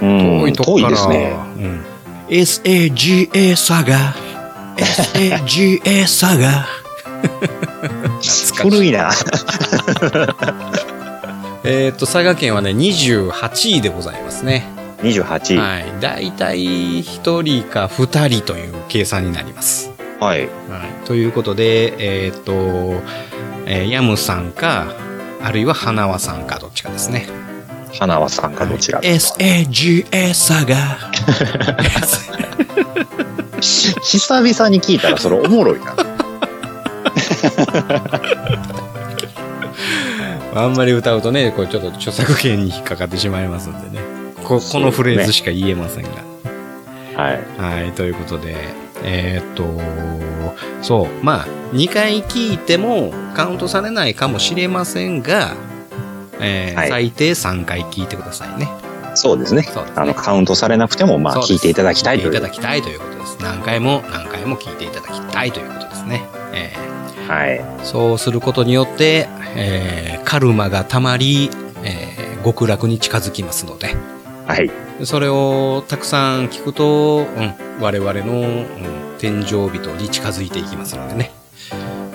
うん遠いとこから、ですねうん SAGA 佐賀 SAGA 佐賀かしい古いなえっと佐賀県はね28位でございますね28ははい、大体1人か2人という計算になります。い、はい、ということで、えーっと、えーヤムさんか、あるいは花輪さんか、どっちかですね。花輪さんかどちらか、 SAGA サガ。し久々に聞いたらそれおもろい な あんまり歌うとね、これちょっと著作権に引っかかってしまいますんでね。ここのフレーズしか言えませんが。はいはい、ということで、えーっと、そう、まあ、2回聞いてもカウントされないかもしれませんが、えーはい最低3回聞いてくださいね。そうですねそうですねあのカウントされなくてもまあそうです聞いていただきたい聞といいていうただきたいということです。何回も何回も聞いていただきたいということですね。えはいーそうすることによって、えーカルマがたまり、えー極楽に近づきますので。はいそれをたくさん聞くと、うん、我々の、うん天井人に近づいていきますのでね。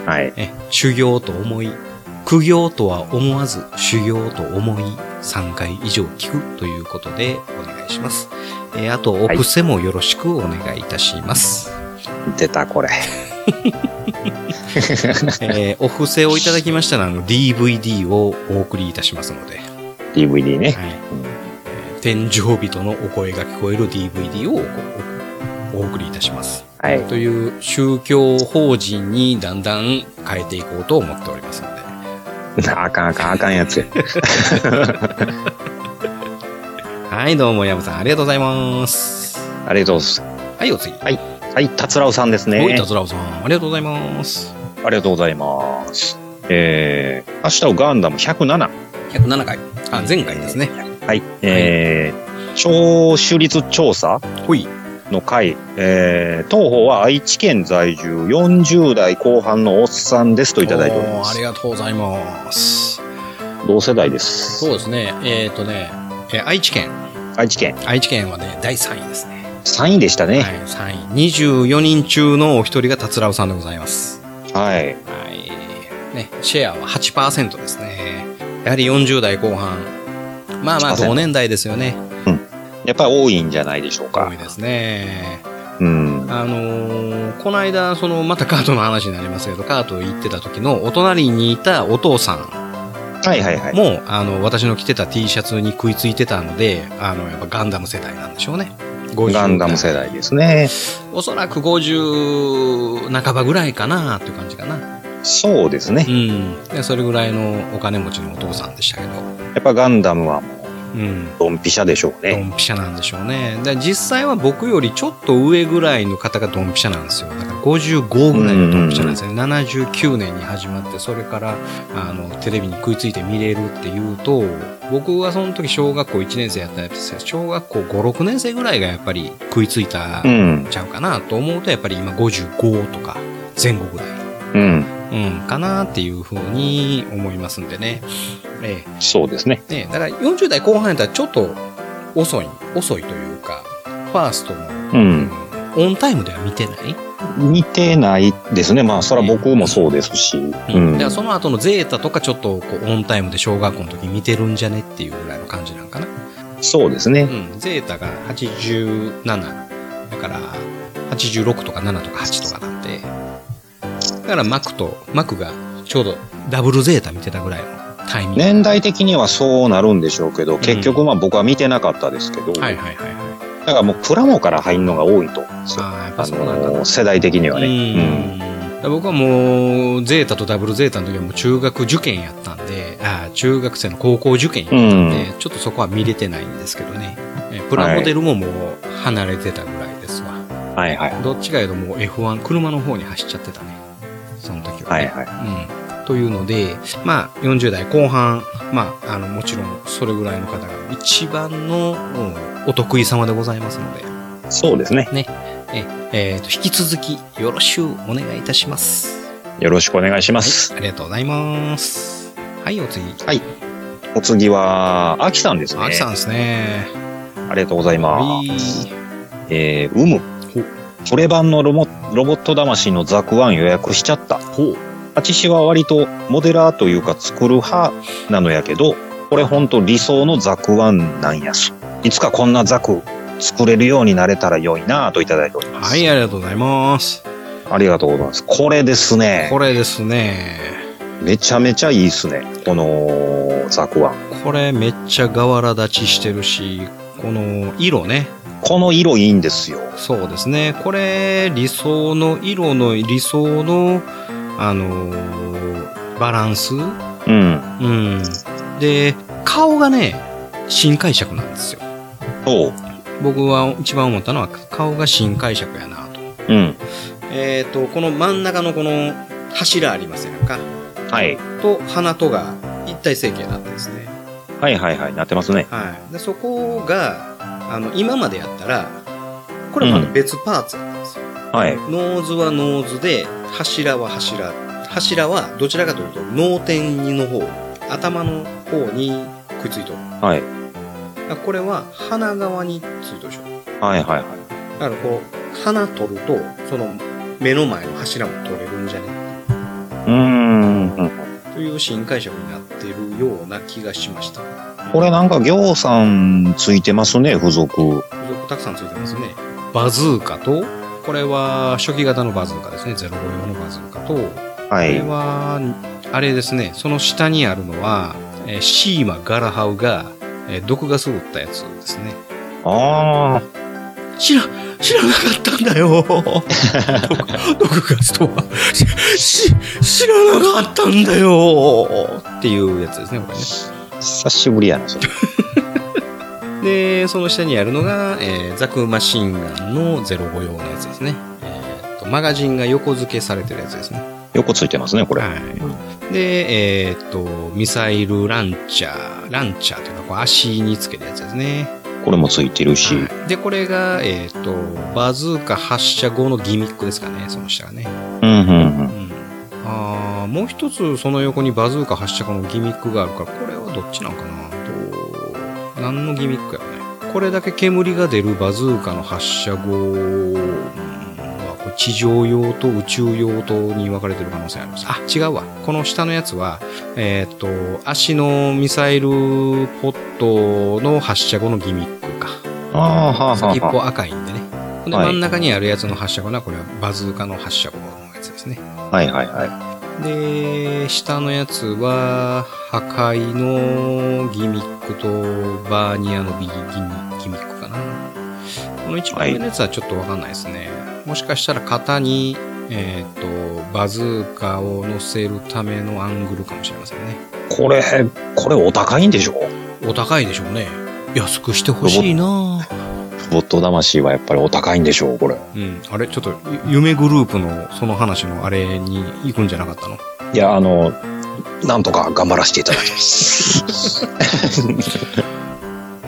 はいえ修行と思い、苦行とは思わず修行と思い3回以上聞くということでお願いします。えーあと、おい布 施もよろしくお願いいたします。出たこれえーお布施をいただきましたらあの DVD をお送りいたしますので、はい DVD ね。えー天井人のお声が聞こえる DVD をおおお送りいたしますはい。という宗教法人にだんだん変えていこうと思っておりますのであかんあかんあかんやつや。はいどうも山さんありがとうございますありがとうございまはいお次いす。はい、達郎さんですね。おいたずらおさんありがとうございますありがとうございます。えー、明日をガンダム107。 107回あ前回ですねはい。えー、聴取率調査ほいの回。えー、当方は愛知県在住40代後半のおっさんですといただいておりまおーあすり。がとうございます同世代です。そうですねえっ、とね、えー愛知県愛知県愛知県はね第3位ですね3位でしたね。はい、3位24人中のお一人が達郎さんでございますはい。はいねシェアは8%ですねやはり40代後半まあまあ8%同年代ですよねやっぱり多いんじゃないでしょう多かい。ですねうん。あのーこの間そのまたカートの話になりますけどカート行ってた時のお隣にいたお父さんはいはいはい。も、あの私の着てた T シャツに食いついてたのであのやっぱガンダム世代なんでしょうね50ガンダム世代ですね。おそらく50半ばぐらいかなという感じかなそうですうね。んでそれぐらいのお金持ちのお父さんでしたけどやっぱガンダムはもううんドンピシャでしょうドね。ンピシャなんでしょうねで実際は僕よりちょっと上ぐらいの方がドンピシャなんですよだから55ぐらいのドンピシャなんですよね79年に始まってそれからあのテレビに食いついて見れるっていうと僕はその時小学校1年生やったやつですよ小学校56年生ぐらいがやっぱり食いついたうんん。ちゃうかなと思うとやっぱり今55とか前後ぐらい、うん。うん、かなっていうふうに思いますんでね、ええそうですね。ね、だから40代後半やったらちょっと遅い、遅いというか、ファーストの、う。うんオンタイムでは見てない、似てないですね。まあ、そら僕もそうですし。うだんか。らその後のゼータとかちょっとこうオンタイムで小学校の時見てるんじゃねっていうぐらいの感じなんかな。そうですうね。ん、ゼータが87、だから86とか7とか8とかなんで、だからマクと、マクがちょうどダブルゼータ見てたぐらいのタイミング。年代的にはそうなるんでしょうけど、ん結局まあ僕は見てなかったですけはど、いだはいはいはい。からもうプラモから入るのが多いと思うんですよ。ああ、やっぱあそうなんだなのー、世代的にはね。うん僕はもうゼータとダブルゼータの時はもう中学受験やったんであー中学生の高校受験やっうたんん。うで、ん。ちょっとそこは見れてないんですけどねえプラモデルももう離れてたぐらいですわ、はいはい。どっちかいうともう F1 車の方に走っちゃってたねその時ははね、いはい。うん、というので、まあ、40代後半、まあ、あのもちろんそれぐらいの方が一番の、うんお得意様でございますのでそうですね。え、えーと引き続きよろしゅうお願いいたします。よろしくお願いしまはす。い、ありがとうございます。はい、お次。いお次は、アキさんですね。あきさんですね。ありがとうございまはす。い。えー、うむ。トレ版のロボロボット魂のザクワン予約しちゃった。ほう。八シは割とモデラーというか作る派なのやけど、これほんと理想のザクワンなんやす。いつかこんなザク作れるようになれたら良いなぁといただいております。はい、ありがとうございます。ありがとうございます。これですねこ。れですね。めちゃめちゃいいっすね。このザクワン。これめっちゃ瓦立ちしてるし、この色ね。この色いいんですよ。そうですね。これ、理想の色の理想の、あのーバランスううん。ん。で、顔がね、新解釈なんですよ。そう。僕は一番思ったのは顔が新解釈やなと。うん。えっ、と、この真ん中のこの柱ありますやんか。はい。と、鼻とが一体成形になってですね。はいはいはい。なってますね。はい。でそこが、あの、今までやったら、これはまた別パーツやったんですよ。はい。ノーズはノーズで、柱は柱。柱はどちらかというと、脳天の方、頭の方にくっついとる。はい。だからこれは鼻側についとるでしょ。はいはいはい。だからこう花取るとその目の前の柱も取れるんじゃねうーん。うんという新解釈になってるような気がしましたこれなんか行さんついてますね、付属。付属たくさんついてますねバズーカとこれは初期型のバズーカですね05用のバズーカとはこれい。はあれですねその下にあるのは、えーシーマ・ガラハウが、えー毒ガスを打ったやつですねあ知ら知らなかったんだ よ毒毒ガスとはしし知らなかったんだよっていうやつですねこれねあ、久しぶりやな、それ。でその下にあるのが、えーザクマシンガンの05用のやつですね、えーとマガジンが横付けされてるやつですね横ついてますね、これ。はい、でえーっとミサイルランチャーランチャーというかこう足につけるやつですね、これもついてるし。はいでこれが、えーっとバズーカ発射後のギミックですかねその下がね、うん、うん、うん。うん、あーもう一つその横にバズーカ発射後のギミックがあるからこれはどっちなんかなどう何のギミックやろねこれだけ煙が出るバズーカの発射後うんはこれ地上用と宇宙用とに分かれてる可能性ありますあ違うわこの下のやつはえーっ、と足のミサイルポットの発射後のギミックかああ、はあ、は先っあ、はぽ赤いんでねほんではい真ん中にあるやつの発射後なこれはバズーカの発射後のやつですねあ。はい、はい、はい。で下のやつは破壊のギミックとバーニアのビギギミギミックかなこの一番上のやつはちょっとわかんないですね、もしかしたら型に、えー、とバズーカを乗せるためのアングルかもしれませんねこれ、これお高いんでしょお高いでしょうね安くしてほしいなぁロボット魂はやっぱりお高いんでしょう、これ。うんあれちょっとゆ夢グループのその話のあれに行くんじゃなかったのいや、あの、なんとか頑張らせていただきます。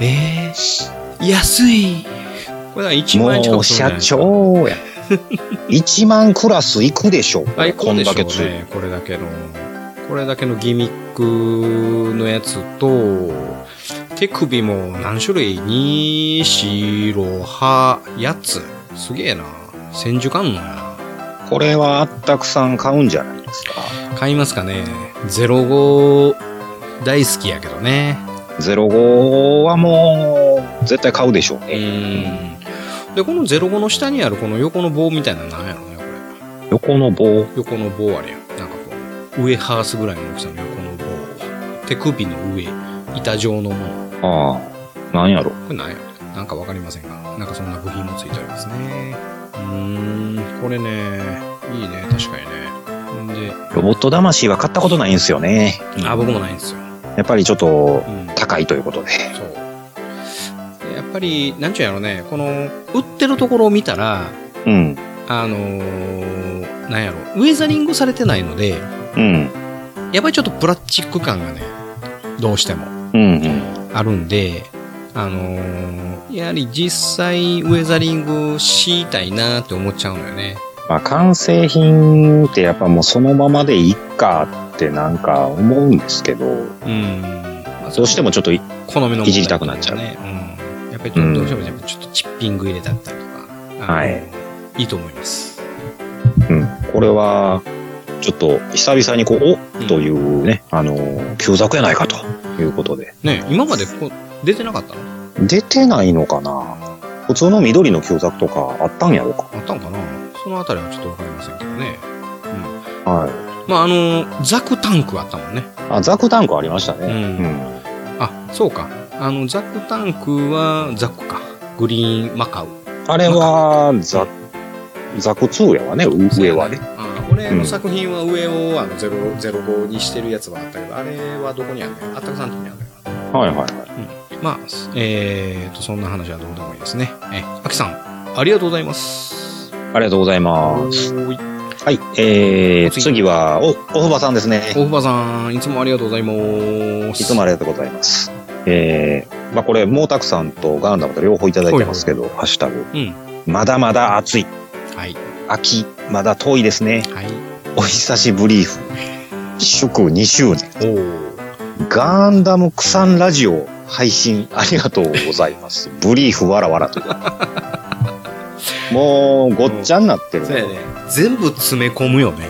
えー、安いこれは1万円近もくうするんじゃないで社すか長 や。1万クラスいくでしょう。最高でしょうこんだけつねこれだけのこれだけのギミックのやつと手首も何種類に白歯8つすげえな千手観音やなこれはあったくさん買うんじゃないですか。買いますかね05大好きやけどね05はもう、絶対買うでしょううね。んでこの05の下にあるこの横の棒みたいなのなんやろねこれ横の棒。横の棒あれやんなんかこう上ハースぐらいの大きさの横の棒手首の上板状のものああ、なんやろ。これなんやなんかわかりませんが、なんかそんな部品もついておりますね。うーん、これね、いいね、確かにね。ロボット魂は買ったことないんですよね。で、あ、僕もないんですよ。やっぱりちょっとう、ん、高いということで。そう。でやっぱり、なんちゅうんやろね、この、売ってるところを見たら、うん。あのーなんやろ、ウェザリングされてないので、うん。やっぱりちょっとプラスチック感がね、どうしても。うん、うん。あるんで、あのーやはり実際ウェザリングしたいなって思っちゃうのよね。まあ、完成品ってやっぱもうそのままでいっかってなんか思うんですけど、うん。どうしてもちょっとい、好みの問題いじりたくなっちゃうね。うん。やっぱりちょっとどうしてもやっぱちょっとチッピング入れたったりとか。あのはい。いいと思います。うん、これは、ちょっと久々にこう、うんおというね、あのー、旧作やないかということで。ね今までこう出てなかったの出てないのかな普通の緑の旧作とかあったんやろうか。あったんかなそのあたりはちょっとわかりませんけどね。はい。まあ、あの、ザクタンクあったもんね。あ、ザクタンクありましたうね。うんん。あ、そうか。あの、ザクタンクはザクか。グリーンマカウ。あれは、ザ、ザク2やわね、う上はね。あー俺うのん作品は上をあの0 05にしてるやつはあったけど、あれはどこにあるのよあったくさんのとこにあるのよはいはいはい。まあ、えー、と、そんな話はどうでもいいですね。え、あきさん、ありがとうございます。ありがとうございます。おいはい、えー、次次は、お、おふばさんですね。大ばさん、いつもありがとうございます。いつもありがとうございます。えー、まあこれ、毛沢さんとガンダムと両方いただいてますけど、ハッシュタグ。うん。まだまだ暑い。はい、秋、まだ遠いですね。はい。お久しぶりーふ。祝2周年。おーガンダムクサンラジオ配信ありがとうございます。ブリーフわらわらと。もう、ごっちゃになってるそうやね。全部詰め込むよね。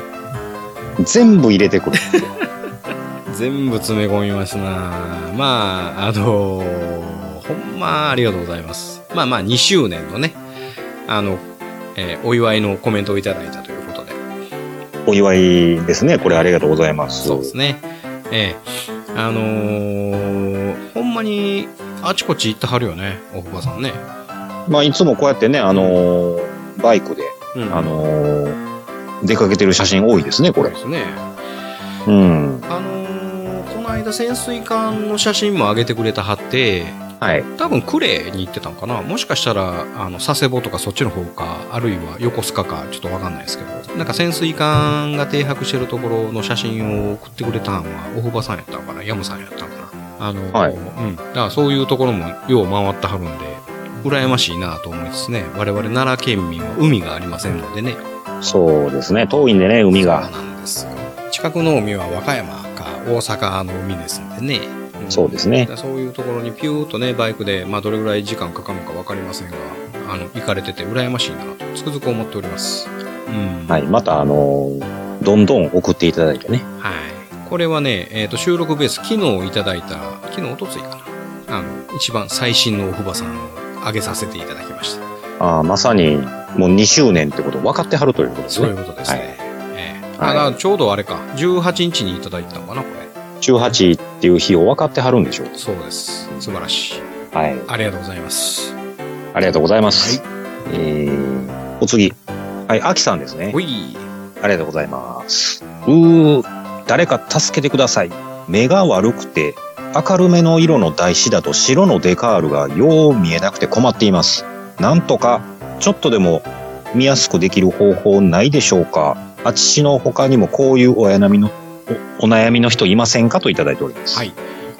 全部入れてくる。全部詰め込みますなまあ、あのーほんまありがとうございます。まあまあ、2周年のね、あの、えーお祝いのコメントをいただいたということで。お祝いですね。これありがとうございます。そうですね。ええ。あのーほんまに、あちこち行ってはるよね、大久保さんね。まあ、いつもこうやってね、あのーバイクで、うんあのー出かけてる写真多いですね、そこうれで。すね。うん。あのーこの間潜水艦の写真も上げてくれたはって、はい。多分クレーに行ってたのかなもしかしたら、あの、佐世保とかそっちの方か、あるいは横須賀か、ちょっとわかんないですけど、なんか潜水艦が停泊してるところの写真を送ってくれたのは、おふばさんやったのかなヤムさんやったのかなあの、はいうん。だからそういうところもよう回ってはるんで、羨ましいなと思いますね。我々奈良県民は海がありませんのでね。そうですね。遠いんでね、海が。そうなんですよ近くの海は和歌山か大阪の海ですんでね、んそうですねだからそういうところにピューッとねバイクで、まあ、どれぐらい時間かかるのか分かりませんがあの行かれてて羨ましいなとつくづく思っておりますうん、はいい。また、あのーどんどん送っていただいてね。はいこれはね、えーと収録ベース昨日いただいた昨日おとついかなあの一番最新のおふばさんを上げさせていただきましたああ、まさに、もう2周年ってこと分かってはるということですそういねう。ことですね、はいええはいあだからちょうどあれか18日にいただいたのかなこれ18っていう日を分かってはるんでしょう。そうです素晴らしいはい。ありがとうございますありがとうございます。えー、お次。はい、アキさんですねお。いありがとうございます。うー、誰か助けてください。目が悪くて、明るめの色の台紙だと白のデカールがよう見えなくて困っています。なんとか、ちょっとでも見やすくできる方法ないでしょうかあちしの他にもこういうお悩みの、おお悩みの人いませんかといただいております。はい。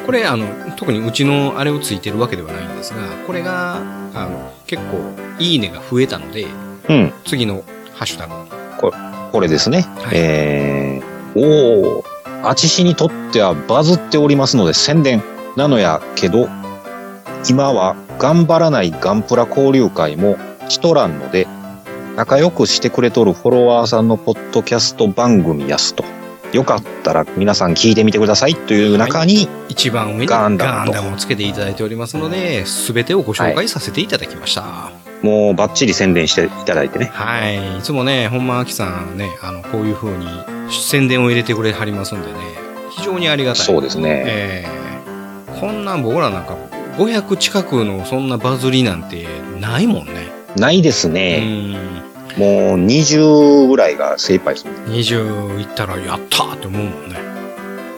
これあの特にうちのあれをついてるわけではないんですがこれがあの結構いいねが増えたのでうん、次のハッシュタグこれですね。はいえー、おー、あちしにとってはバズっておりますので宣伝なのやけど、今は頑張らないガンプラ交流会もしとらんので、仲良くしてくれとるフォロワーさんのポッドキャスト番組やすと。よかったら皆さん聞いてみてくださいという中に、一番上にガガンンダダムとムをつけていただいておりますので全てをご紹介させていただきましたはもうバッチリ宣伝していただいてね。い、い、つもね本間あきさんねあのこういう風に宣伝を入れてくれはりますんでね非常にありがたいそうですね。えーこんなん僕らなんか500近くのそんなバズりなんてないもんね、ないですうね。んもう20ぐらいが精一杯ですね20いったらやったーって思うもんね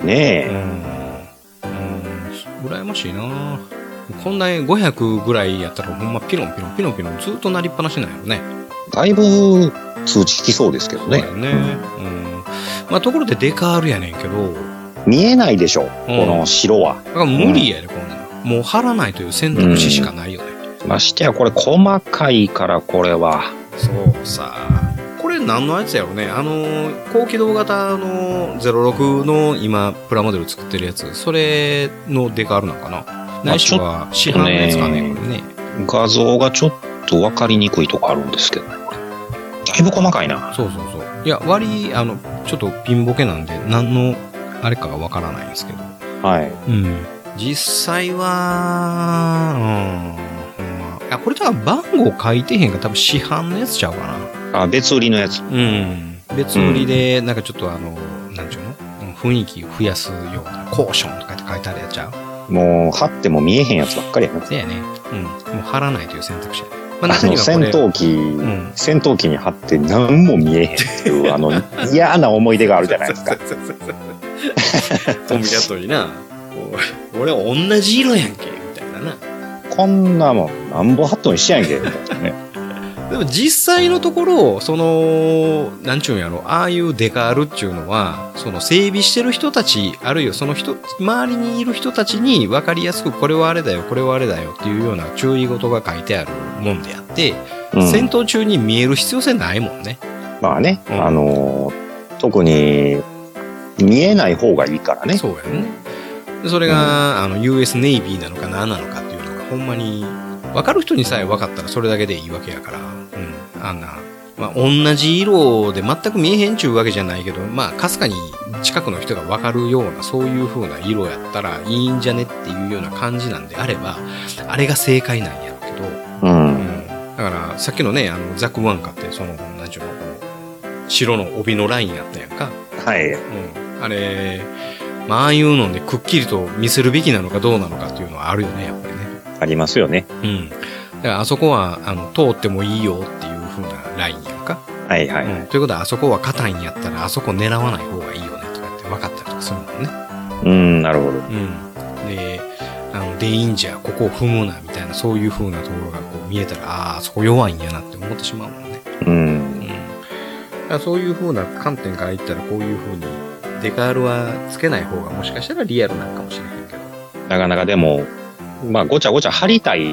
うんねうん羨ましいなこんな500ぐらいやったらほんまピロンピロンピロンピロンずっとなりっぱなしなんやろねえ。だいぶ通知きそうですけどそうねだ。よねうんまあところでデカールやねんけど見えないでしょ、この白はだ。から無理やでこんなのもう貼らないという選択肢しかないよねましてやこれ細かいからこれは。そうさこれ何のやつやろねあの高機動型の06の今プラモデル作ってるやつそれのデカールなんかなないしは市販のやつかねちょっことれね画像がちょっと分かりにくいとこあるんですけどね、これだいぶ細かいな。そうそうそういや割あのちょっとピンボケなんで何のあれかがわからないんですけどはい。うん実際はうんほんまあこれ多分番号書いてへんから多分市販のやつちゃうかなあ、別売りのやつ。うん、別売りで、なんかちょっとあの、なんちゅうのうん雰囲気増やすような、コーションとかって書いてあるやつちゃうもう貼っても見えへんやつばっかりやな。せやね。うん。もう貼らないという選択肢や。まああの、戦これ、闘機、ん戦闘機に貼って何も見えへんっ ていう、あの、嫌な思い出があるじゃないですか。 コンビニだとにな、お俺同じ色やんけ、みたいなな。こんなもん、なんぼ貼っとんしやんけ、みたい なね。でも実際のところ、その、なんちゅうんやろ、ああいうデカールっちゅうのは、その整備してる人たち、あるいはその人、周りにいる人たちに分かりやすく、これはあれだよ、これはあれだよっていうような注意事が書いてあるもんであって、うん戦闘中に見える必要性ないもんね。まあね、うんあのー特に見えない方がいいからね。そうやね。でそれが、あの、US ネイビーなのか何なのかっていうのが、ほんまに、分かる人にさえ分かったらそれだけでいいわけやから、うん、あんな、まあ、同じ色で全く見えへんちゅうわけじゃないけど、まあ、かすかに近くの人が分かるような、そういう風な色やったらいいんじゃねっていうような感じなんであれば、あれが正解なんやろうけど、う。うんんだからさっきのねあのザック・ワンカってその何ちゅうのこの白の帯のラインやったやんか、はい。うん、あれまあああいうのでくっきりと見せるべきなのかどうなのかっていうのはあるよねやっぱりねありますよね。うんだからあそこはあの通ってもいいよっていう風なラインやんか、はいはいはうん、ということはあそこは硬いんやったらあそこ狙わない方がいいよねとかって分かったりとかするもんねい。うん、なるほど。うん、であのデインジャーここを踏むなみたいなそういう風なところがこう見えたらああーそこ弱いんやなって思ってしまうもんね、うん。うん、だからそういう風な観点から言ったらこういう風にデカールはつけない方がもしかしたらリアルなのかもしれへんけどなかなかでも、まあ、ごちゃごちゃ張りたい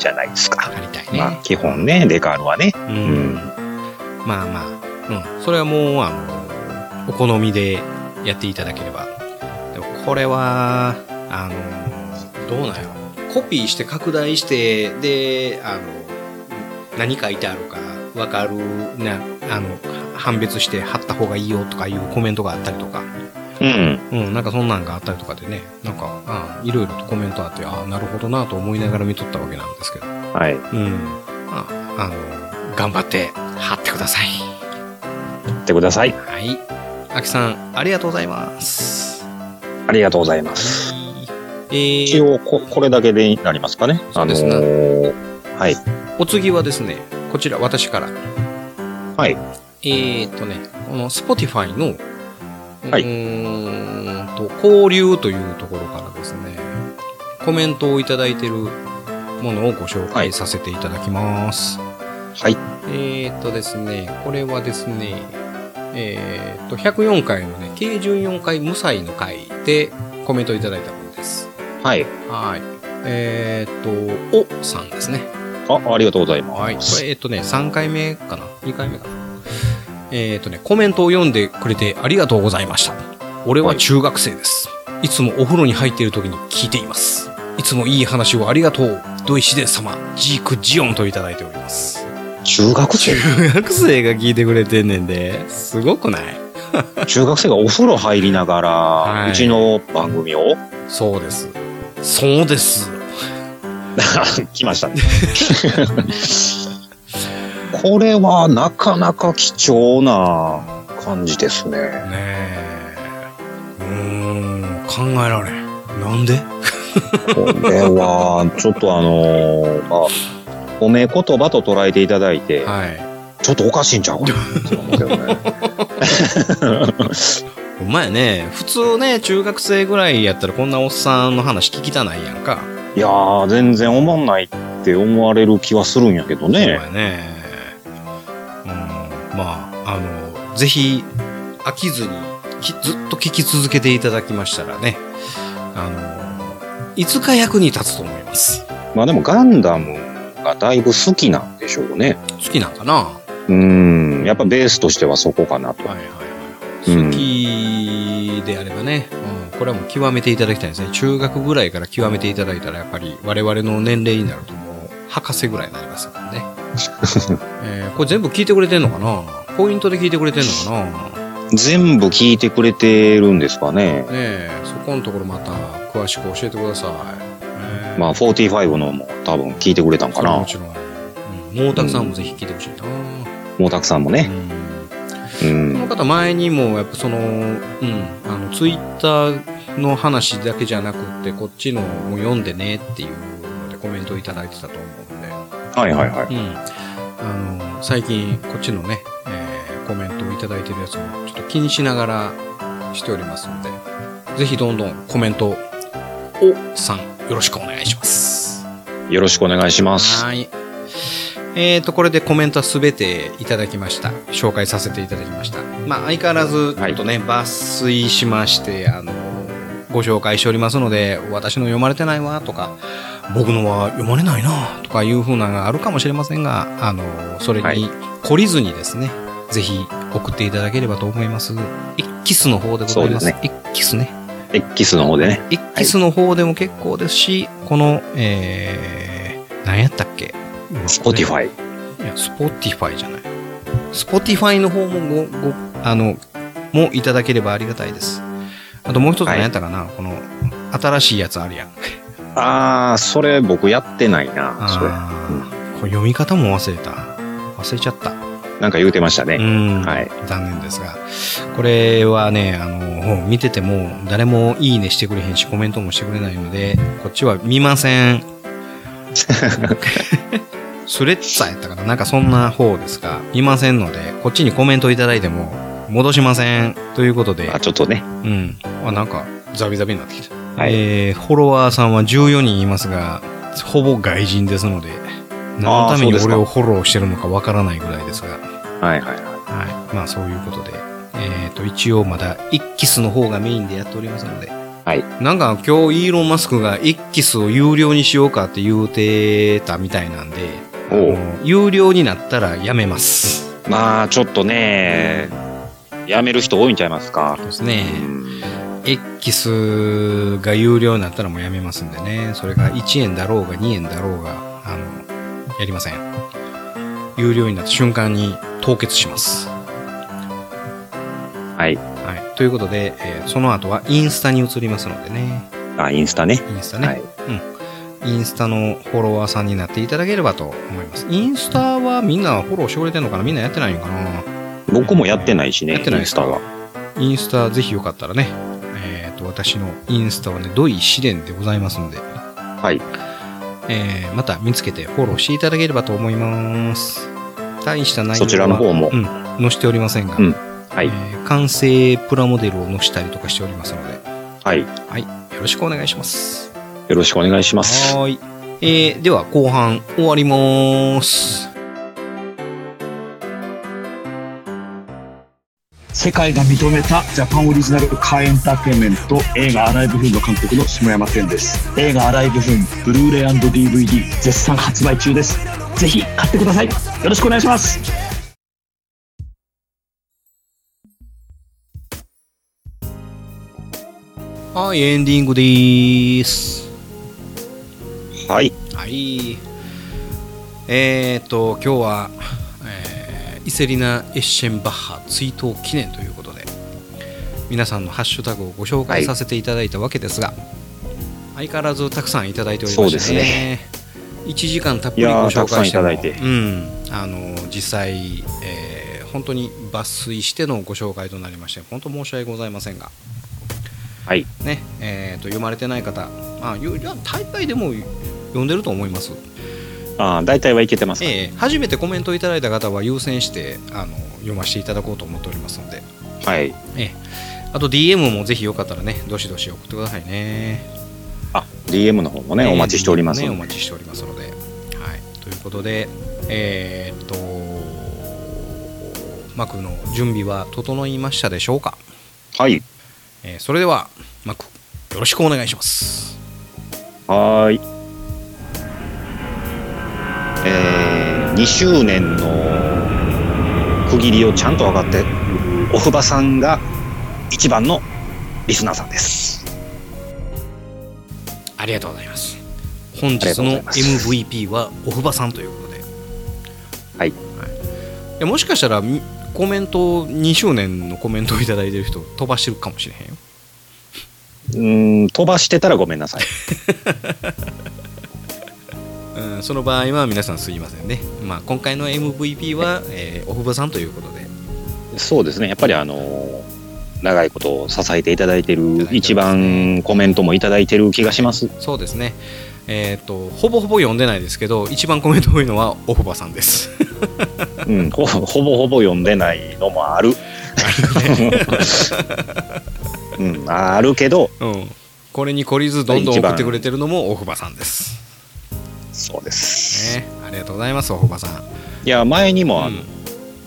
じゃないですか。ありたいね、まあ、基本ね、デカールはね。ううんん。まあまあ、うん、それはもうあのお好みでやっていただければでもこれはあのどうなんやろコピーして拡大してであの何書いてあるか分かるなあの判別して貼った方がいいよとかいうコメントがあったりとか、うん。うん、なんかそんなんがあったりとかでねなんかあいろいろとコメントあってあなるほどなと思いながら見とったわけなんですけど、はい。うん、まああの頑張って貼ってください。やってください。はい。あきさん、ありがとうございます。ありがとうございます。えー一応こ、これだけでになりますかね。そあうのですねーはい。お次はですね、こちら私から。はい。えーっとね、この Spotify の、はいうーんと、交流というところからですね、コメントをいただいているものをご紹介させていただきます。はい。えーっとですね、これはですね、えーっと、104回のね、計14回無才の回でコメントいただいたものです。はい。はい。えーっと、おさんですね。あ、ありがとうございます。はい。これ、えーっとね、3回目かな ?2 回目かなえーっとね、コメントを読んでくれてありがとうございました。俺は中学生です。いつもお風呂に入っている時に聞いています。いつもいい話をありがとう。ドイシデ様、ジークジオンといただいております。中学 生中学生が聞いてくれてんねんで、すごくない中学生がお風呂入りながら、はいうちの番組をそうです。そうです。 来ましたね。これはなかなか貴重な感じですね。ねえ。うーん、考えられん。なんでこれは、ちょっとあのーあ、おめ言葉と捉えていただいて、はちょっとおかしいんちゃうかなって思うけどね。い。お前ね、普通ね、中学生ぐらいやったらこんなおっさんの話聞きたないやんか。いやー、全然思んないって思われる気はするんやけどおね。前ね。うん、まあ、あの、ぜひ、飽きずに、きずっと聞き続けていただきましたらね、あの、いつか役に立つと思います。まあでもガンダムがだいぶ好きなんでしょうね。好きなんかなうーん、やっぱベースとしてはそこかなと。はいはいはい、う好んきであればね、うん、これはもう極めていただきたいですね中学ぐらいから極めていただいたらやっぱり我々の年齢になるともう博士ぐらいになりますから ね、えーこれ全部聞いてくれてんのかなポイントで聞いてくれてんのかなね全部聞いてくれてるんですかね。えそこのところまた詳しく教えてください、まあ45のも多分聞いてくれたんかもな。ちろん、うん、毛沢さんもぜひ聞いてほしいな、もうたくさんもね。うんうこのん。方前にもやっぱその、うん、あのツイッターの話だけじゃなくってこっちのも読んでねっていうのでコメントをいただいてたと思うんで、はいはいはい。うん、あの最近こっちのね、えーコメントをいただいてるやつもちょっと気にしながらしておりますのでぜひどんどんコメントをさんよろしくお願いします。よろしくお願いします。はい。えー、と、これでコメントはすべていただきました。紹介させていただきました。まあ、相変わらず、ちょっとね、抜粋しまして、あの、ご紹介しておりますので、私の読まれてないわとか、僕のは読まれないなとかいう風なのがあるかもしれませんが、あの、それはいに懲りずにですね、ぜひ送っていただければと思います。一キスの方でございます。そうで一キスね。 X の方でね。一キスの方でも結構ですし、この、えー、何やったっけ Spotify。いや、スポティファイじゃない。スポティファイの方もご、ご、あの、もいただければありがたいです。あともう一つはい何やったかな、この、新しいやつあるやん。あー、それ僕やってないな。それ。あーこれ読み方も忘れた。忘れちゃった。なんか言うてましたうね。ん、はい残念ですがこれはねあの見てても誰も「いいね」してくれへんしコメントもしてくれないのでこっちは見ませ んスレッツァーやったかななんかそんな方ですが見ませんのでこっちにコメントいただいても戻しませんということであ、ちょっとね。うん。あ、なんか、ザビザビになってきた。はいえー、フォロワーさんは14人いますが、ほぼ外人ですので、何のためそうにです俺かをフォローしてるのかわからないぐらいですが、はいはいははい。まあ、そういうことで、えっ、と、一応まだ、一キスの方がメインでやっておりますので、はい。なんか今日イーロン・マスクが一キスを有料にしようかって言うてたみたいなんで、い。おうもう有料になったらやめます。まあ、ちょっとね、やめる人多いんちゃいますか。ですね。うんエッキスが有料になったらもうやめますんでね。それが1円だろうが2円だろうが、あの、やりません。有料になった瞬間に凍結します。はい。はい。ということで、えーその後はインスタに移りますのでね。あ、インスタね。インスタね。はいうん。インスタのフォロワーさんになっていただければと思います。インスタはみんなフォローしてくれてんのかなみんなやってないのかな僕もやってないしね、やってないインスタは。インスタぜひよかったらね、えー、と私のインスタはね土井試練でございますので、いえーまた見つけてフォローしていただければと思います大した内容はそちらの方もうん、載しておりませんが、うんはいえー完成プラモデルを載したりとかしておりますのではい。よよろしくお願いしますろしくお願いします。はーい、えーでは後半終わりまーす世界が認めたジャパンオリジナルカーエンターテインメント映画アライブフーンの監督の下山天です映画アライブフーンブルーレイ &DVD 絶賛発売中ですぜひ買ってくださいよろしくお願いしますはいエンディングでーすはい。はい。えー、と、今日は、えーイセリナ・エッシェンバッハ追悼記念ということで、皆さんのハッシュタグをご紹は介いさせていただいたわけですが、相変わらずたくさんいただいておりまそうでしすてね。1時間たっぷりごいや紹ーたくさ介んしいてたもだいてうん、あの実際、えー本当に抜粋してのご紹介となりまして本当申し訳ございませんが、はいねえーと読まれてない方、まあ、ゆいや大会でも読んでると思います、あー大体はいけてますか、ええ初めてコメントいただいた方は優先してあの読ませていただこうと思っておりますので、はい。ええあと DM もぜひよかったらねどしどし送ってくださいね。あ、DM の方もね、ええお待ちしております、ねお待ちしておりますので、はい、ということでえーっとマクの準備は整いましたでしょうか、はい。えーそれではマクよろしくお願いしますはーい。えー、2周年の区切りをちゃんと分かって、おふばさんが一番のリスナーさんです。ありがとうございます本ありが日とうござのいます MVP はおふばさんということではいいやもしかしたらみコメント2周年のコメントをいただいてる人飛ばしてるかもしれへんようーん、飛ばしてたらごめんなさい。うん、その場合は皆さんすいませんね、まあ、今回の MVP は、えー、おふばさんということでそうですね、やっぱりあのー長いこと支えていただいていただいてるます、ね一番コメントもいただいてる気がします。そうですねえっ、とほぼほぼ読んでないですけど一番コメント多いのはおふばさんです うん、ほほぼほぼ読んでないのもある。 うん、あるけど、うんこれに懲りずどんどん送ってくれてるのもおふばさんです、そうです。ね、ありがとうございますおふばさんいや、前にも、あうんの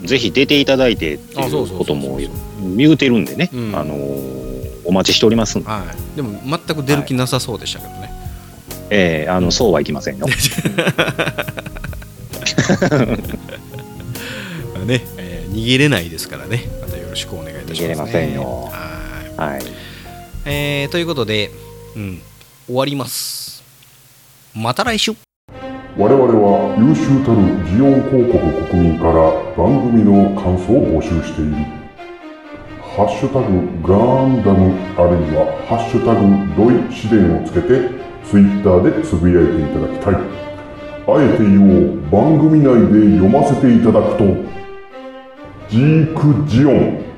ぜひ出ていただいてってあいそうそうそううことも言うてるんでね、うんあのーお待ちしておりますんで、はい、でも全く出る気なさそうでしたけどね、えーあのそうはいき ませんよ。ね、えー逃げれないですからねまたよろしくお願いいたします、ね、逃げれませんよはいはい、えーということで、うん、終わります。また来週我々は優秀たるジオン広告国民から番組の感想を募集している「ハッシュタグガンダム」あるいは「ハッシュタグドイ試練」をつけてツイッターでつぶやいていただきたいあえて言おう番組内で読ませていただくとジーク・ジオン